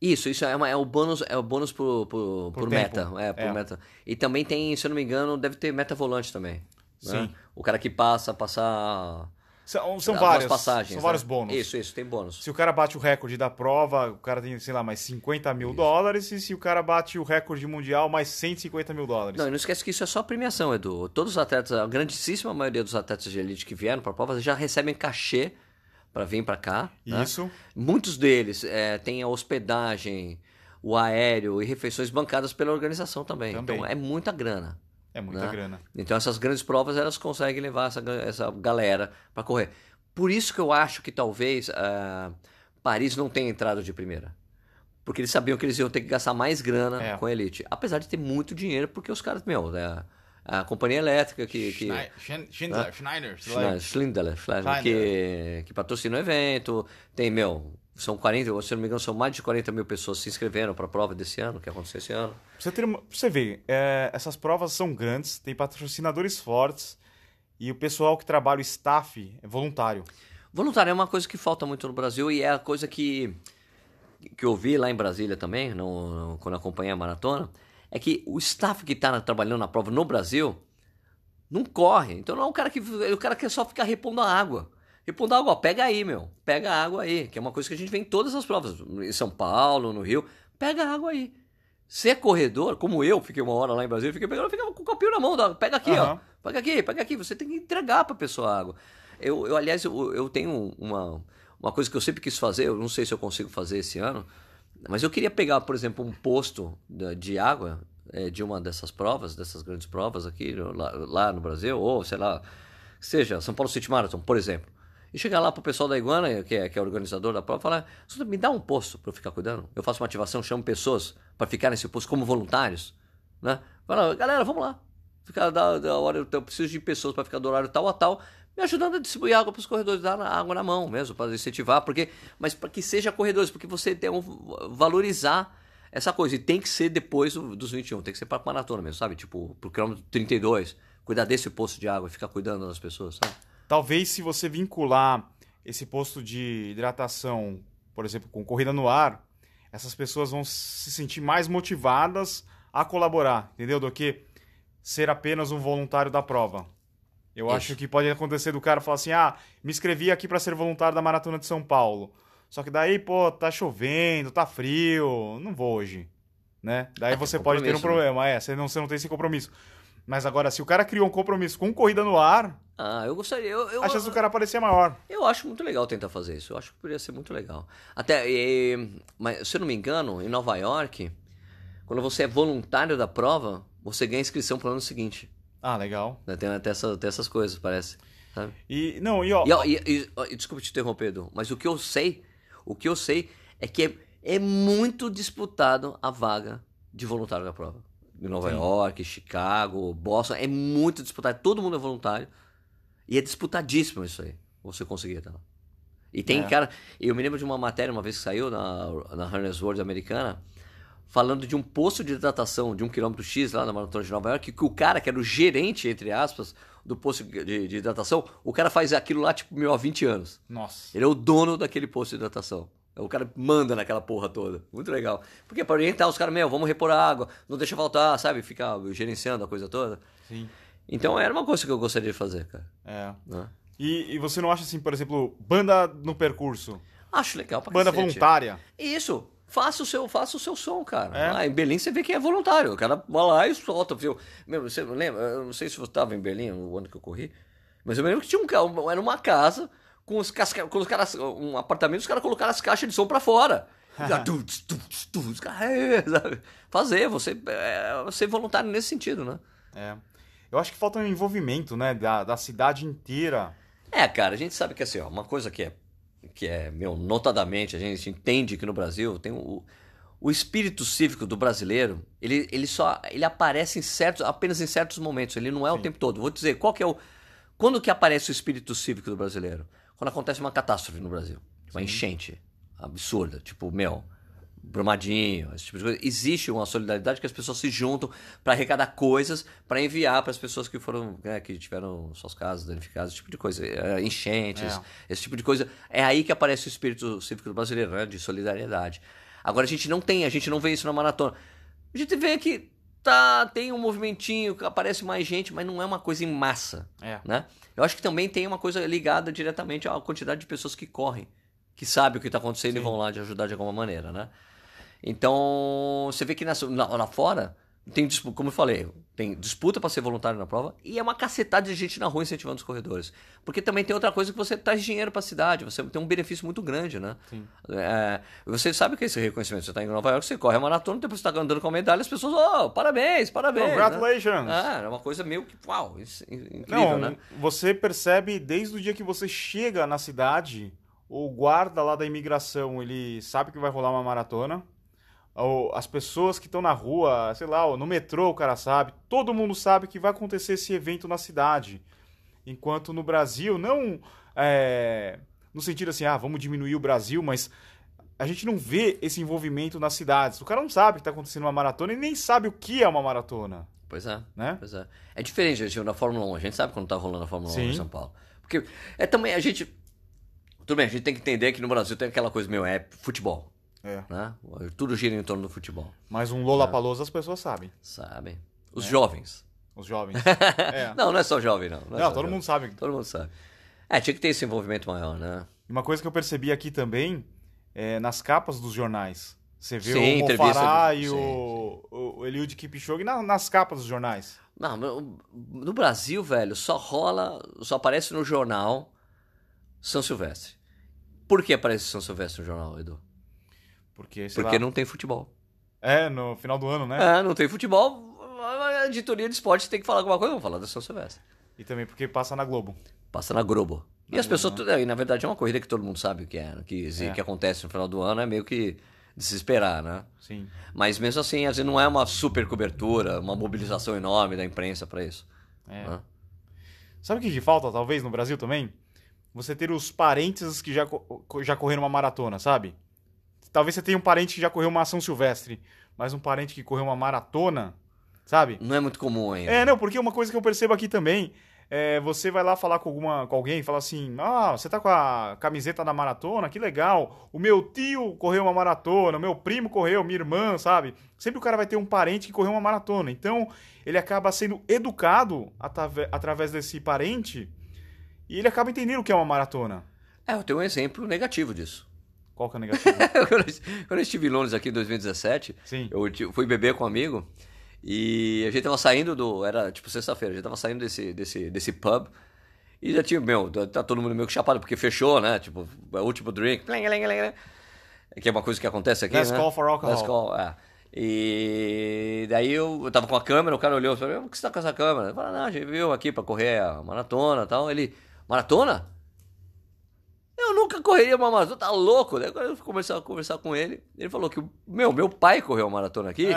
Speaker 1: Isso, isso é, uma- é o bônus, é o bônus por, por, por meta.
Speaker 2: tempo.
Speaker 1: É, por
Speaker 2: É.
Speaker 1: meta. E também tem, se eu não me engano, deve ter meta volante também. né?
Speaker 2: Sim.
Speaker 1: O cara que passa, passar.
Speaker 2: São, são
Speaker 1: algumas
Speaker 2: vários.
Speaker 1: passagens.
Speaker 2: são
Speaker 1: né?
Speaker 2: vários bônus.
Speaker 1: Isso, isso, tem bônus.
Speaker 2: Se o cara bate o recorde da prova, o cara tem, sei lá, mais 50 mil dólares. E se o cara bate o recorde mundial, mais 150 mil dólares.
Speaker 1: Não, e não esquece que isso é só premiação, Edu. Todos os atletas, a grandíssima maioria dos atletas de elite que vieram para a prova já recebem cachê para vir para cá. né?
Speaker 2: Isso.
Speaker 1: Muitos deles eh, têm a hospedagem, o aéreo e refeições bancadas pela organização também.
Speaker 2: Também.
Speaker 1: Então é muita grana.
Speaker 2: É muita
Speaker 1: né?
Speaker 2: grana.
Speaker 1: Então essas grandes provas elas conseguem levar essa, gra- essa galera para correr. Por isso que eu acho que talvez ah, Paris não tenha entrado de primeira. Porque eles sabiam que eles iam ter que gastar mais grana
Speaker 2: É.
Speaker 1: com a Elite. Apesar de ter muito dinheiro, porque os caras, meu, né, a companhia elétrica que. Né? que
Speaker 3: Schnei- Schindler, Schindler, Schneider, sei lá.
Speaker 1: Schneid- Schindler, Schindler, que, que patrocina o evento. Tem, meu, são 40, se eu não me engano, são mais de 40 mil pessoas se inscreveram para a prova desse ano, que aconteceu esse ano.
Speaker 2: Pra você, ter uma- pra você ver, é, essas provas são grandes, tem patrocinadores fortes e o pessoal que trabalha, o staff, é voluntário.
Speaker 1: Voluntário é uma coisa que falta muito no Brasil e é a coisa que, que eu vi lá em Brasília também, no- no- quando acompanhei a maratona, é que o staff que está trabalhando na prova no Brasil não corre. Então não é um cara que é o cara que só fica repondo a água. Repondo a água, ó, pega aí, meu. Pega a água aí, que é uma coisa que a gente vê em todas as provas, em São Paulo, no Rio, pega a água aí. Ser corredor, como eu, fiquei uma hora lá em Brasília, fiquei pegando, ficava com o copinho na mão, da- pega aqui, ó.
Speaker 2: Aham.
Speaker 1: Pega aqui, pega aqui. Você tem que entregar pra pessoa a água. Eu, eu, aliás, eu, eu tenho uma, uma coisa que eu sempre quis fazer, eu não sei se eu consigo fazer esse ano, mas eu queria pegar, por exemplo, um posto da- de água eh, de uma dessas provas, dessas grandes provas aqui no- lá, lá no Brasil, ou sei lá, seja São Paulo City Marathon, por exemplo. E chegar lá pro pessoal da Iguana, que é, que é o organizador da prova, e falar: "Escuta, me dá um posto pra eu ficar cuidando. Eu faço uma ativação, chamo pessoas pra ficar nesse posto como voluntários. Né? Fala, galera, vamos lá. Ficar da, da hora, eu preciso de pessoas pra ficar do horário tal a tal, me ajudando a distribuir água pros corredores, dar na- água na mão mesmo, pra incentivar, porque, mas para que seja corredores, porque você tem um, valorizar essa coisa. E tem que ser depois do- dos 21, tem que ser para maratona mesmo, sabe? Tipo, pro quilômetro 32, cuidar desse posto de água, ficar cuidando das pessoas, sabe?
Speaker 2: Talvez se você vincular esse posto de hidratação, por exemplo, com corrida no ar, essas pessoas vão se sentir mais motivadas a colaborar, entendeu? Do que ser apenas um voluntário da prova. Eu
Speaker 1: Isso.
Speaker 2: acho que pode acontecer do cara falar assim: ah, me inscrevi aqui pra ser voluntário da Maratona de São Paulo. Só que daí, pô, tá chovendo, tá frio, não vou hoje, né? Daí
Speaker 1: Ah, tem
Speaker 2: você pode ter um
Speaker 1: compromisso, né?
Speaker 2: problema, é, você não, você não tem esse compromisso. Mas agora, se o cara criou um compromisso com corrida no ar,
Speaker 1: Ah, eu gostaria. Eu, eu,
Speaker 2: a chance do cara aparecer é maior.
Speaker 1: Eu acho muito legal tentar fazer isso. Eu acho que poderia ser muito legal. Até, eh, mas, se eu não me engano, em Nova York, quando você é voluntário da prova, você ganha inscrição para o ano seguinte.
Speaker 2: Ah, legal.
Speaker 1: né? Tem até, essa- tem essas coisas, parece. sabe?
Speaker 2: E, não, e ó,
Speaker 1: E, ó, e- e- ó, e desculpa te interromper, Edu, mas o que eu sei, o que eu sei é que é, é muito disputado a vaga de voluntário da prova. Em Nova
Speaker 2: Sim.
Speaker 1: York, Chicago, Boston, é muito disputado. Todo mundo é voluntário. E é disputadíssimo isso aí. Você conseguir, tá? E tem
Speaker 2: É.
Speaker 1: cara. Eu me lembro de uma matéria uma vez que saiu na, na Harness World americana, falando de um posto de hidratação de um quilômetro X lá na Maratona de Nova York, que o cara, que era o gerente, entre aspas, do posto de, de hidratação, o cara faz aquilo lá, tipo, meu, há 20 anos.
Speaker 2: Nossa.
Speaker 1: Ele é o dono daquele posto de hidratação. É O cara manda naquela porra toda. Muito legal. Porque é pra orientar os caras, meu, vamos repor a água, não deixa faltar, sabe? Ficar gerenciando a coisa toda.
Speaker 2: Sim.
Speaker 1: Então era uma coisa que eu gostaria de fazer, cara.
Speaker 2: É.
Speaker 1: né?
Speaker 2: E, e você não acha assim, por exemplo, banda no percurso?
Speaker 1: Acho legal pra
Speaker 2: Banda
Speaker 1: cacete.
Speaker 2: voluntária.
Speaker 1: Isso. Faça o seu, faça o seu som, cara.
Speaker 2: É.
Speaker 1: Lá em Berlim você vê que é voluntário. O cara vai lá e solta, viu? Meu, você lembra? Eu não sei se você estava em Berlim no ano que eu corri, mas eu me lembro que tinha um ca- um- era uma casa com os casca, com os caras, um apartamento, os caras colocaram as caixas de som pra fora. E lá, tu, tz, tu, tz, tu, os caras, é, sabe? Fazer, você é, ser voluntário nesse sentido, né?
Speaker 2: É. Eu acho que falta um envolvimento, né? Da, da cidade inteira.
Speaker 1: É, cara, a gente sabe que assim, ó, uma coisa que é, que é, meu, notadamente, a gente entende que no Brasil tem o, o espírito cívico do brasileiro, ele, ele só, ele aparece em certos, apenas em certos momentos, ele não é o tempo todo. Vou dizer, qual que é o, quando que aparece o espírito cívico do brasileiro? Quando acontece uma catástrofe no Brasil, uma enchente absurda, tipo, meu, Brumadinho, esse tipo de coisa. Existe uma solidariedade que as pessoas se juntam para arrecadar coisas, para enviar para as pessoas que foram, né, que tiveram suas casas danificadas, esse tipo de coisa, eh, enchentes,
Speaker 2: É.
Speaker 1: esse tipo de coisa. É aí que aparece o espírito cívico do brasileiro, né, de solidariedade. Agora a gente não tem, a gente não vê isso na maratona. A gente vê que tá, tem um movimentinho, que aparece mais gente, mas não é uma coisa em massa.
Speaker 2: É.
Speaker 1: Né? Eu acho que também tem uma coisa ligada diretamente à quantidade de pessoas que correm, que sabem o que está acontecendo e vão lá te ajudar de alguma maneira, né? Então, você vê que nessa, lá, lá fora, tem, dispu- como eu falei, tem disputa para ser voluntário na prova e é uma cacetada de gente na rua incentivando os corredores. Porque também tem outra coisa que você traz dinheiro para a cidade, você tem um benefício muito grande, né? É, você sabe o que é esse reconhecimento. Você está em Nova York, você corre a maratona, depois você está andando com a medalha, as pessoas, oh, parabéns, parabéns. né?
Speaker 2: Congratulations.
Speaker 1: Ah, é uma coisa meio que, uau, isso é incrível,
Speaker 2: Não,
Speaker 1: né?
Speaker 2: você percebe desde o dia que você chega na cidade, o guarda lá da imigração, ele sabe que vai rolar uma maratona. Ou as pessoas que estão na rua, sei lá, ou no metrô o cara sabe, todo mundo sabe que vai acontecer esse evento na cidade. Enquanto no Brasil, não é, no sentido assim, ah, vamos diminuir o Brasil, mas a gente não vê esse envolvimento nas cidades. O cara não sabe que está acontecendo uma maratona e nem sabe o que é uma maratona,
Speaker 1: Pois é.
Speaker 2: né?
Speaker 1: Pois é. É diferente, gente, na Fórmula 1. A gente sabe quando tá rolando a Fórmula 1
Speaker 2: Sim.
Speaker 1: em São Paulo. Porque é também a gente. Tudo bem, a gente tem que entender que no Brasil tem aquela coisa, meu, é futebol.
Speaker 2: É.
Speaker 1: Né? Tudo gira em torno do futebol.
Speaker 2: Mas um Lollapalooza as pessoas sabem.
Speaker 1: Sabe? Os jovens.
Speaker 2: Os jovens. É.
Speaker 1: Não, não é só jovem, não. é
Speaker 2: Não,
Speaker 1: só
Speaker 2: todo
Speaker 1: jovem.
Speaker 2: mundo sabe.
Speaker 1: Todo mundo sabe. É, tinha que ter esse envolvimento maior, né?
Speaker 2: Uma coisa que eu percebi aqui também é nas capas dos jornais. Você vê
Speaker 1: Sim,
Speaker 2: o
Speaker 1: entrevista
Speaker 2: Mofará
Speaker 1: do-
Speaker 2: e
Speaker 1: sim,
Speaker 2: o, o Eliud Kipchoge na- nas capas dos jornais.
Speaker 1: Não, no- no Brasil, velho, só rola, só aparece no jornal São Silvestre. Por que aparece São Silvestre no jornal, Edu?
Speaker 2: Porque, sei
Speaker 1: Porque
Speaker 2: lá,
Speaker 1: não tem futebol.
Speaker 2: é no final do ano, né?
Speaker 1: É, não tem futebol, a editoria de esporte tem que falar alguma coisa, vamos falar da São Silvestre.
Speaker 2: E também porque passa na Globo.
Speaker 1: Passa na Globo. E as pessoas, tudo, e na verdade é uma corrida que todo mundo sabe o que é, né? que, exi-
Speaker 2: Ah. É.
Speaker 1: que acontece no final do ano, é meio que desesperar, né?
Speaker 2: Sim.
Speaker 1: Mas mesmo assim, às vezes não é uma super cobertura, uma mobilização enorme da imprensa pra isso.
Speaker 2: É.
Speaker 1: né?
Speaker 2: Sabe o que que falta, talvez, no Brasil também? Você ter os parentes que já, co- co- já correram uma maratona, sabe? Talvez você tenha um parente que já correu uma ação silvestre, mas um parente que correu uma maratona, sabe?
Speaker 1: Não é muito comum ainda.
Speaker 2: É, não, porque uma coisa que eu percebo aqui também é você vai lá falar com alguma, com alguém e fala assim: "Ah, você tá com a camiseta da maratona? Que legal. O meu tio correu uma maratona, o meu primo correu, minha irmã, sabe? Sempre o cara vai ter um parente que correu uma maratona. Então, ele acaba sendo educado atave- através desse parente e ele acaba entendendo o que é uma maratona.
Speaker 1: É, eu tenho um exemplo negativo disso.
Speaker 2: Qual que é o negativo?
Speaker 1: quando, eu, quando eu estive em Londres aqui em 2017,
Speaker 2: Sim.
Speaker 1: eu ti- fui beber com um amigo e a gente tava saindo do. Era tipo sexta-feira, a gente tava saindo desse, desse, desse pub e já tinha, meu, tá- tá todo mundo meio que chapado, porque fechou, né? Tipo, é o último drink, pling, pling, pling, pling, que é uma coisa que acontece aqui.
Speaker 2: Last
Speaker 1: né?
Speaker 2: call for alcohol.
Speaker 1: Last call, é. E daí eu, eu tava com a câmera, o cara olhou e falou: Por que você tá com essa câmera? Eu falei: Não, a gente veio aqui pra correr a maratona e tal. Ele: Maratona? Eu nunca correria uma maratona, tá louco? Daí quando eu fui conversar, conversar com ele, ele falou que, meu, meu pai correu uma maratona aqui,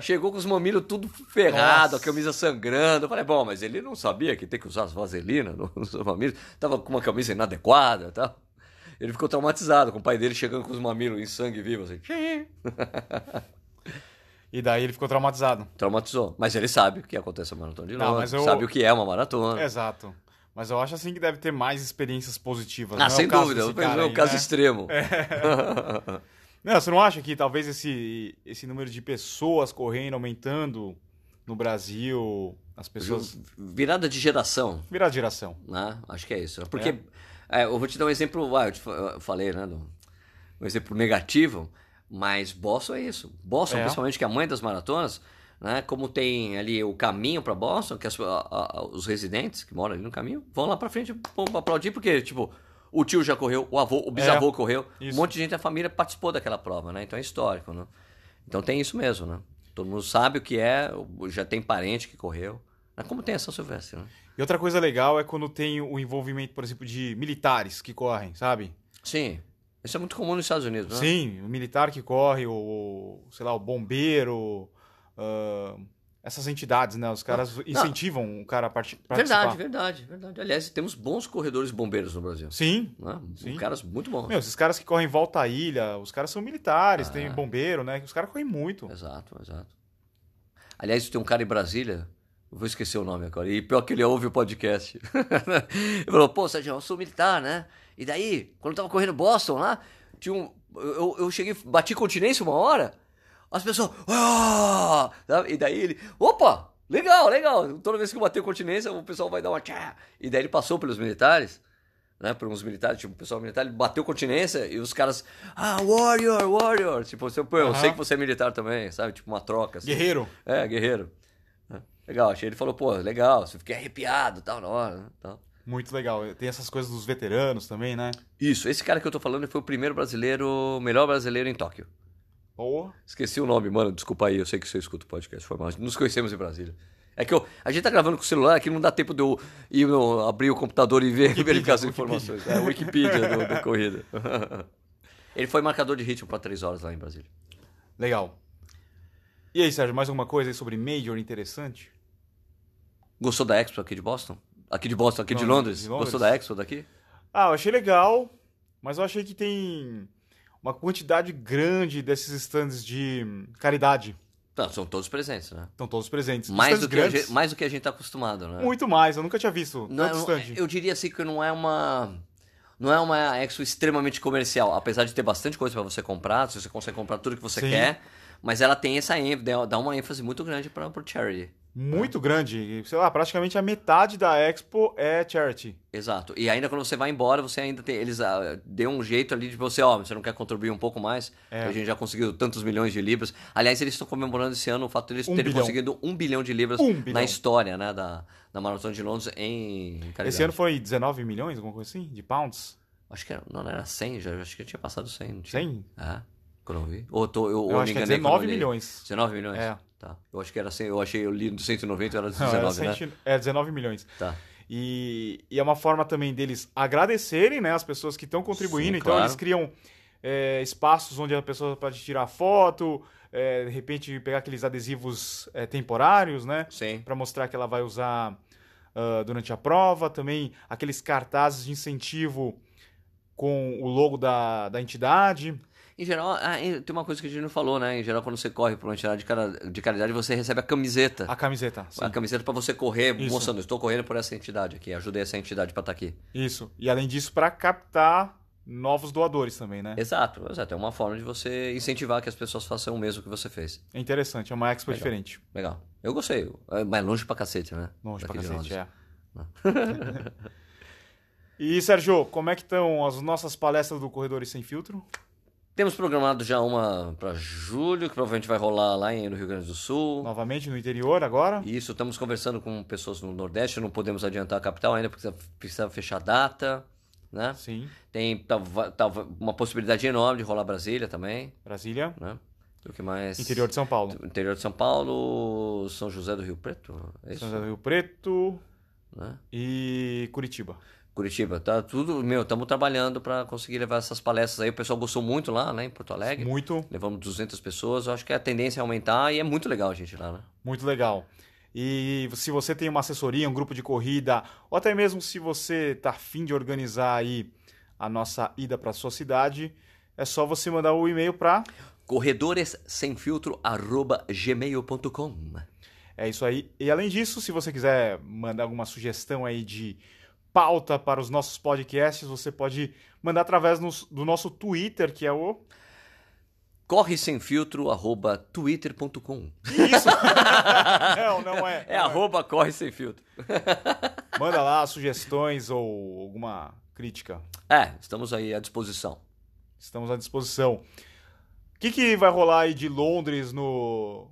Speaker 1: chegou com os mamilos tudo ferrado, a
Speaker 2: Nossa.
Speaker 1: camisa sangrando. Eu falei, bom, mas ele não sabia que tem que usar as vaselina no- nos seus mamilos, tava com uma camisa inadequada e tal. Ele ficou traumatizado com o pai dele chegando com os mamilos em sangue vivo, assim,
Speaker 2: E daí ele ficou traumatizado.
Speaker 1: traumatizou. Mas ele sabe o que acontece uma maratona de
Speaker 2: Não,
Speaker 1: novo,
Speaker 2: mas eu-
Speaker 1: sabe o que é uma maratona.
Speaker 2: Exato. Mas eu acho assim que deve ter mais experiências positivas.
Speaker 1: ah,
Speaker 2: não
Speaker 1: sem
Speaker 2: é o caso
Speaker 1: dúvida,
Speaker 2: desse
Speaker 1: foi
Speaker 2: cara
Speaker 1: um
Speaker 2: aí,
Speaker 1: caso
Speaker 2: né? É.
Speaker 1: extremo.
Speaker 2: Não, você não acha que talvez esse, esse número de pessoas correndo, aumentando no Brasil, as pessoas.
Speaker 1: Virada de geração.
Speaker 2: Virar geração.
Speaker 1: né? Acho que é isso. Porque é, eu vou te dar um exemplo, ah, eu, te fa- eu falei, né? do- um exemplo negativo, mas Boston é isso. Boston,
Speaker 2: É.
Speaker 1: principalmente que é a mãe das maratonas, né? Como tem ali o caminho para Boston, que as- a- a- os residentes que moram ali no caminho vão lá para frente vão aplaudir porque tipo o tio já correu, o avô, o bisavô correu,
Speaker 2: É. isso.
Speaker 1: um monte de gente da família participou daquela prova, né? Então é histórico, né? Então tem isso mesmo, né? Todo mundo sabe o que é, já tem parente que correu. Mas Como tem a São Silvestre, né?
Speaker 2: E outra coisa legal é quando tem o envolvimento, por exemplo, de militares que correm, sabe?
Speaker 1: Sim. Isso é muito comum nos Estados Unidos, né?
Speaker 2: Sim, o militar que corre, o, o, sei lá, o bombeiro, ah, essas entidades, né? Os caras incentivam o cara a parti- participar.
Speaker 1: Ah, Verdade, verdade, verdade. Aliás, temos bons corredores bombeiros no Brasil.
Speaker 2: Sim.
Speaker 1: Né?
Speaker 2: Sim.
Speaker 1: Caras muito bons.
Speaker 2: Meu, esses caras que correm em volta à ilha, os caras são militares,
Speaker 1: Ah. É,
Speaker 2: tem bombeiro, né? Os caras correm muito.
Speaker 1: Exato, exato. Aliás, tem um cara em Brasília, eu vou esquecer o nome agora, e pior que ele ouve o podcast. ele falou, pô, Sérgio, eu sou militar, né? E daí, quando eu tava correndo Boston lá, tinha um, Eu, eu cheguei, bati continência uma hora, as pessoas. "Ah!" Sabe? E daí ele. Opa! Legal, legal. Toda vez que eu bater continência, o pessoal vai dar uma tchá. E daí ele passou pelos militares, né? Por uns militares, tipo, o pessoal militar, ele bateu continência e os caras. Ah, Warrior, Warrior! Tipo, você, pô, eu sei que você é militar também, sabe? Tipo, uma troca. Assim.
Speaker 2: Guerreiro.
Speaker 1: É, guerreiro. né? Legal, achei. Ele falou, pô, legal, você fiquei arrepiado, tal, na hora, né, tal.
Speaker 2: Muito legal. Tem essas coisas dos veteranos também, né?
Speaker 1: Isso, esse cara que eu tô falando ele foi o primeiro brasileiro, melhor brasileiro em Tóquio.
Speaker 2: Ou.
Speaker 1: Esqueci o nome, mano, desculpa aí, eu sei que você escuta o podcast, foi mal. Nos conhecemos em Brasília. É que eu, a gente tá gravando com o celular aqui, não dá tempo de eu ir no- abrir o computador e ver, verificar as informações. É, Wikipedia do, do corrida. Ele foi marcador de ritmo para três horas lá em Brasília.
Speaker 2: Legal. E aí, Sérgio, mais alguma coisa aí sobre Major interessante?
Speaker 1: Gostou da Expo aqui de Boston? Aqui de Boston, aqui de
Speaker 2: Não,
Speaker 1: Londres?
Speaker 2: de Londres.
Speaker 1: Gostou da Expo daqui?
Speaker 2: Ah, eu achei legal, mas eu achei que tem uma quantidade grande desses stands de caridade.
Speaker 1: Não, são todos presentes, né?
Speaker 2: Estão todos presentes.
Speaker 1: Mais
Speaker 2: stands
Speaker 1: do, que a
Speaker 2: grandes.
Speaker 1: gente, mais do que a gente tá acostumado, né?
Speaker 2: Muito mais, eu nunca tinha visto
Speaker 1: Não é-
Speaker 2: tanto stand.
Speaker 1: eu diria assim que não é uma não é uma expo extremamente comercial, apesar de ter bastante coisa para você comprar, se você consegue comprar tudo que você
Speaker 2: Sim.
Speaker 1: quer, mas ela tem essa ênfase, dá- dá uma ênfase muito grande para o charity.
Speaker 2: Muito grande. Sei lá, praticamente a metade da Expo é charity.
Speaker 1: Exato. E ainda quando você vai embora, você ainda tem eles ah, deu um jeito ali de você, ó, você não quer contribuir um pouco mais?
Speaker 2: É.
Speaker 1: A gente já conseguiu tantos milhões de libras. Aliás, eles estão comemorando esse ano o fato de eles
Speaker 2: Um
Speaker 1: terem
Speaker 2: bilhão.
Speaker 1: conseguido um bilhão de libras
Speaker 2: Um bilhão.
Speaker 1: na história, né, da, da maratona de Londres em caridade.
Speaker 2: Esse ano foi 19 milhões, alguma coisa assim, de pounds?
Speaker 1: acho que era, não não era 100, já acho que já tinha passado 100, não tinha?
Speaker 2: 100?
Speaker 1: Ah, quando eu vi. Ou eu tô, eu, ou
Speaker 2: Eu
Speaker 1: eu
Speaker 2: acho
Speaker 1: me
Speaker 2: que é
Speaker 1: enganei quando eu
Speaker 2: 19
Speaker 1: olhei.
Speaker 2: milhões.
Speaker 1: 19 milhões?
Speaker 2: É.
Speaker 1: Tá. Eu acho que era 100, eu achei, eu li no 190, era
Speaker 2: Não,
Speaker 1: 19,
Speaker 2: era
Speaker 1: né?
Speaker 2: 100 É, 19 milhões.
Speaker 1: Tá.
Speaker 2: E, e é uma forma também deles agradecerem né, as pessoas que estão contribuindo.
Speaker 1: Sim,
Speaker 2: então
Speaker 1: claro.
Speaker 2: eles criam é, espaços onde a pessoa pode tirar foto, é, de repente pegar aqueles adesivos é, temporários, né?
Speaker 1: Sim.
Speaker 2: Para mostrar que ela vai usar ah, durante a prova. Também aqueles cartazes de incentivo com o logo da, da entidade.
Speaker 1: Em geral, ah, e tem uma coisa que a gente não falou, né? Em geral, quando você corre por uma entidade de cara- de caridade, você recebe a camiseta.
Speaker 2: A camiseta. Ah, sim.
Speaker 1: A camiseta pra você correr,
Speaker 2: Isso.
Speaker 1: mostrando, estou correndo por essa entidade aqui, ajudei essa entidade pra estar aqui.
Speaker 2: Isso. E além disso, para captar novos doadores também, né?
Speaker 1: Exato, exato. É uma forma de você incentivar que as pessoas façam o mesmo que você fez.
Speaker 2: É interessante, é uma expo
Speaker 1: Legal.
Speaker 2: diferente.
Speaker 1: Legal. Eu gostei, é, mas longe pra cacete, né?
Speaker 2: Longe
Speaker 1: Daqui de
Speaker 2: pra
Speaker 1: Londres.
Speaker 2: cacete, é. e, Sérgio, como é que estão as nossas palestras do Corredores Sem Filtro?
Speaker 1: Temos programado já uma pra julho, que provavelmente vai rolar lá em- no Rio Grande do Sul.
Speaker 2: Novamente no interior agora?
Speaker 1: Isso, estamos conversando com pessoas no Nordeste, não podemos adiantar a capital ainda, porque precisa, precisa fechar a data, né?
Speaker 2: Sim.
Speaker 1: Tem tava- tava uma possibilidade enorme de rolar Brasília também,
Speaker 2: Brasília,
Speaker 1: né? O que mais?
Speaker 2: interior de São Paulo.
Speaker 1: Interior de São Paulo, São José do Rio Preto, é isso?
Speaker 2: São José do Rio Preto
Speaker 1: Né?
Speaker 2: e Curitiba.
Speaker 1: Curitiba, tá tudo, meu, estamos trabalhando para conseguir levar essas palestras aí, o pessoal gostou muito lá, né, em Porto Alegre.
Speaker 2: Muito,
Speaker 1: Levamos 200 pessoas, eu acho que a tendência é aumentar e é muito legal a gente ir lá, né?
Speaker 2: muito legal. E se você tem uma assessoria, um grupo de corrida, ou até mesmo se você tá afim de organizar aí a nossa ida para sua cidade, é só você mandar o e-mail para
Speaker 1: Corredores sem filtro, arroba gmail.com.
Speaker 2: É isso aí. E além disso, se você quiser mandar alguma sugestão aí de pauta para os nossos podcasts, você pode mandar através nos- do nosso Twitter, que é o.
Speaker 1: Corre sem filtro, arroba twitter.com.
Speaker 2: Isso! não, não é.
Speaker 1: É
Speaker 2: não
Speaker 1: arroba corre sem filtro.
Speaker 2: é. Manda lá sugestões ou alguma crítica.
Speaker 1: É, estamos aí à disposição.
Speaker 2: Estamos à disposição. O que, que vai rolar aí de Londres no.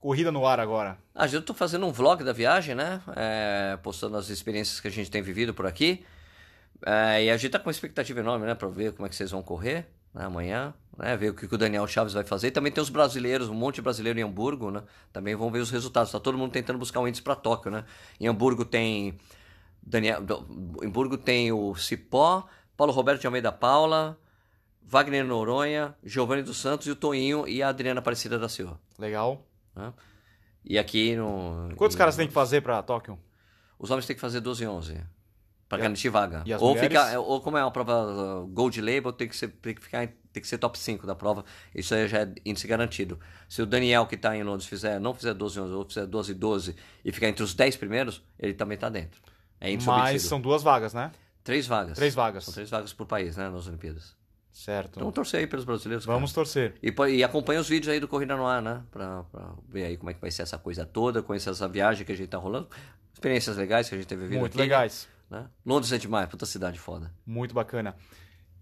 Speaker 2: Corrida no ar agora?
Speaker 1: Ah, eu tô fazendo um vlog da viagem, né? É, postando as experiências que a gente tem vivido por aqui. É, e a gente tá com uma expectativa enorme, né? Pra ver como é que vocês vão correr né, amanhã, né? Ver o que que o Daniel Chaves vai fazer. E também tem os brasileiros, um monte de brasileiro em Hamburgo, né? Também vão ver os resultados. Tá todo mundo tentando buscar um índice pra Tóquio, né? Em Hamburgo tem Daniel, do- em Hamburgo tem o Cipó, Paulo Roberto de Almeida Paula, Wagner Noronha, Giovanni dos Santos e o Toinho e a Adriana Aparecida da Silva.
Speaker 2: Legal.
Speaker 1: né? E aqui no.
Speaker 2: Quantos
Speaker 1: em-
Speaker 2: caras tem que fazer para Tóquio?
Speaker 1: Os homens têm que fazer 12 e 11. Pra
Speaker 2: E a-
Speaker 1: garantir vaga.
Speaker 2: e as
Speaker 1: ou,
Speaker 2: mulheres?
Speaker 1: ficar- ou como é uma prova uh, Gold Label, tem que, ser, tem, que ficar, em- tem que ser top 5 da prova. Isso aí já é índice garantido. Se o Daniel, que tá em Londres, fizer, não fizer 12 e 11, ou fizer 12 e 12 e ficar entre os 10 primeiros, ele também tá dentro. É índice
Speaker 2: Mas
Speaker 1: obtido.
Speaker 2: são duas vagas, né?
Speaker 1: Três vagas.
Speaker 2: Três vagas.
Speaker 1: São três vagas por país, né, nas Olimpíadas.
Speaker 2: Certo.
Speaker 1: Então torcer aí pelos brasileiros. cara.
Speaker 2: Vamos torcer.
Speaker 1: E, po- e acompanha os vídeos aí do Corrida no Ar, né? Pra, pra ver aí como é que vai ser essa coisa toda, conhecer essa viagem que a gente tá rolando. Experiências legais que a gente teve vindo
Speaker 2: Muito
Speaker 1: aqui,
Speaker 2: legais.
Speaker 1: Né? Londres é demais, puta cidade foda.
Speaker 2: Muito bacana.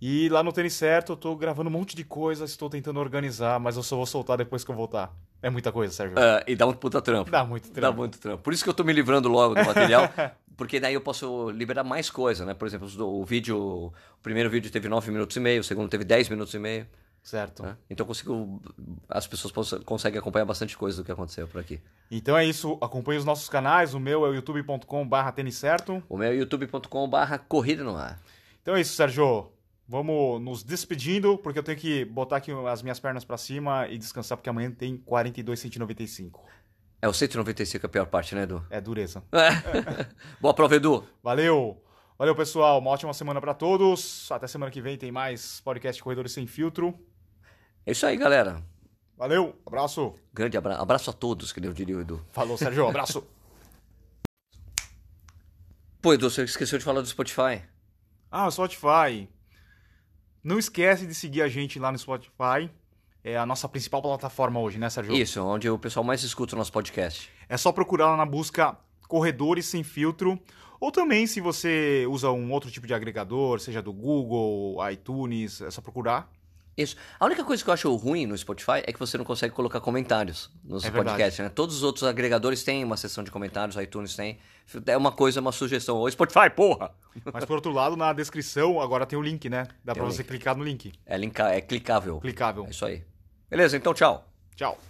Speaker 2: E lá no Tênis Certo, eu tô gravando um monte de coisa, estou tentando organizar, mas eu só vou soltar depois que eu voltar. É muita coisa, Sérgio.
Speaker 1: Ah, e dá um puta trampo.
Speaker 2: Dá muito
Speaker 1: Dá
Speaker 2: trampo.
Speaker 1: muito trampo. Por isso que eu tô me livrando logo do material, porque daí eu posso liberar mais coisa, né? Por exemplo, os do- o vídeo, o primeiro vídeo teve 9 minutos e meio, o segundo teve 10 minutos e meio,
Speaker 2: Certo.
Speaker 1: né? Então eu consigo, as pessoas possam- conseguem acompanhar bastante coisa do que aconteceu por aqui.
Speaker 2: Então é isso. Acompanhe os nossos canais. O meu é o youtube.com/barra tênis certo.
Speaker 1: O meu é youtube.com/barra corrida no ar.
Speaker 2: Então é isso, Sérgio. Vamos nos despedindo, porque eu tenho que botar aqui as minhas pernas pra cima e descansar, porque amanhã tem 42,195.
Speaker 1: É o 195 é a pior parte, né, Edu?
Speaker 2: É dureza.
Speaker 1: Boa prova, Edu.
Speaker 2: Valeu! Valeu, pessoal. Uma ótima semana pra todos. Até semana que vem tem mais podcast Corredores Sem Filtro.
Speaker 1: É isso aí, galera.
Speaker 2: Valeu, abraço.
Speaker 1: Grande abraço. Abraço a todos, que nem eu diria o Edu.
Speaker 2: Falou, Sérgio. Abraço.
Speaker 1: Pô, Edu, você esqueceu de falar do Spotify.
Speaker 2: Ah, o Spotify. Não esquece de seguir a gente lá no Spotify. É a nossa principal plataforma hoje, né, Sérgio?
Speaker 1: Isso, onde o pessoal mais escuta o nosso podcast.
Speaker 2: É só procurar lá na busca Corredores Sem Filtro. Ou também, se você usa um outro tipo de agregador, seja do Google, iTunes, é só procurar.
Speaker 1: Isso. A única coisa que eu acho ruim no Spotify é que você não consegue colocar comentários nos
Speaker 2: É verdade.
Speaker 1: podcasts, né? Todos os outros agregadores têm uma seção de comentários, iTunes tem. É uma coisa, uma sugestão. Ô, Spotify, porra!
Speaker 2: Mas, por outro lado, na descrição agora tem o link, né? Dá
Speaker 1: Tem
Speaker 2: pra
Speaker 1: o
Speaker 2: você clicar no link.
Speaker 1: É, linka- é clicável.
Speaker 2: Clicável.
Speaker 1: É isso aí. Beleza, então tchau.
Speaker 2: Tchau.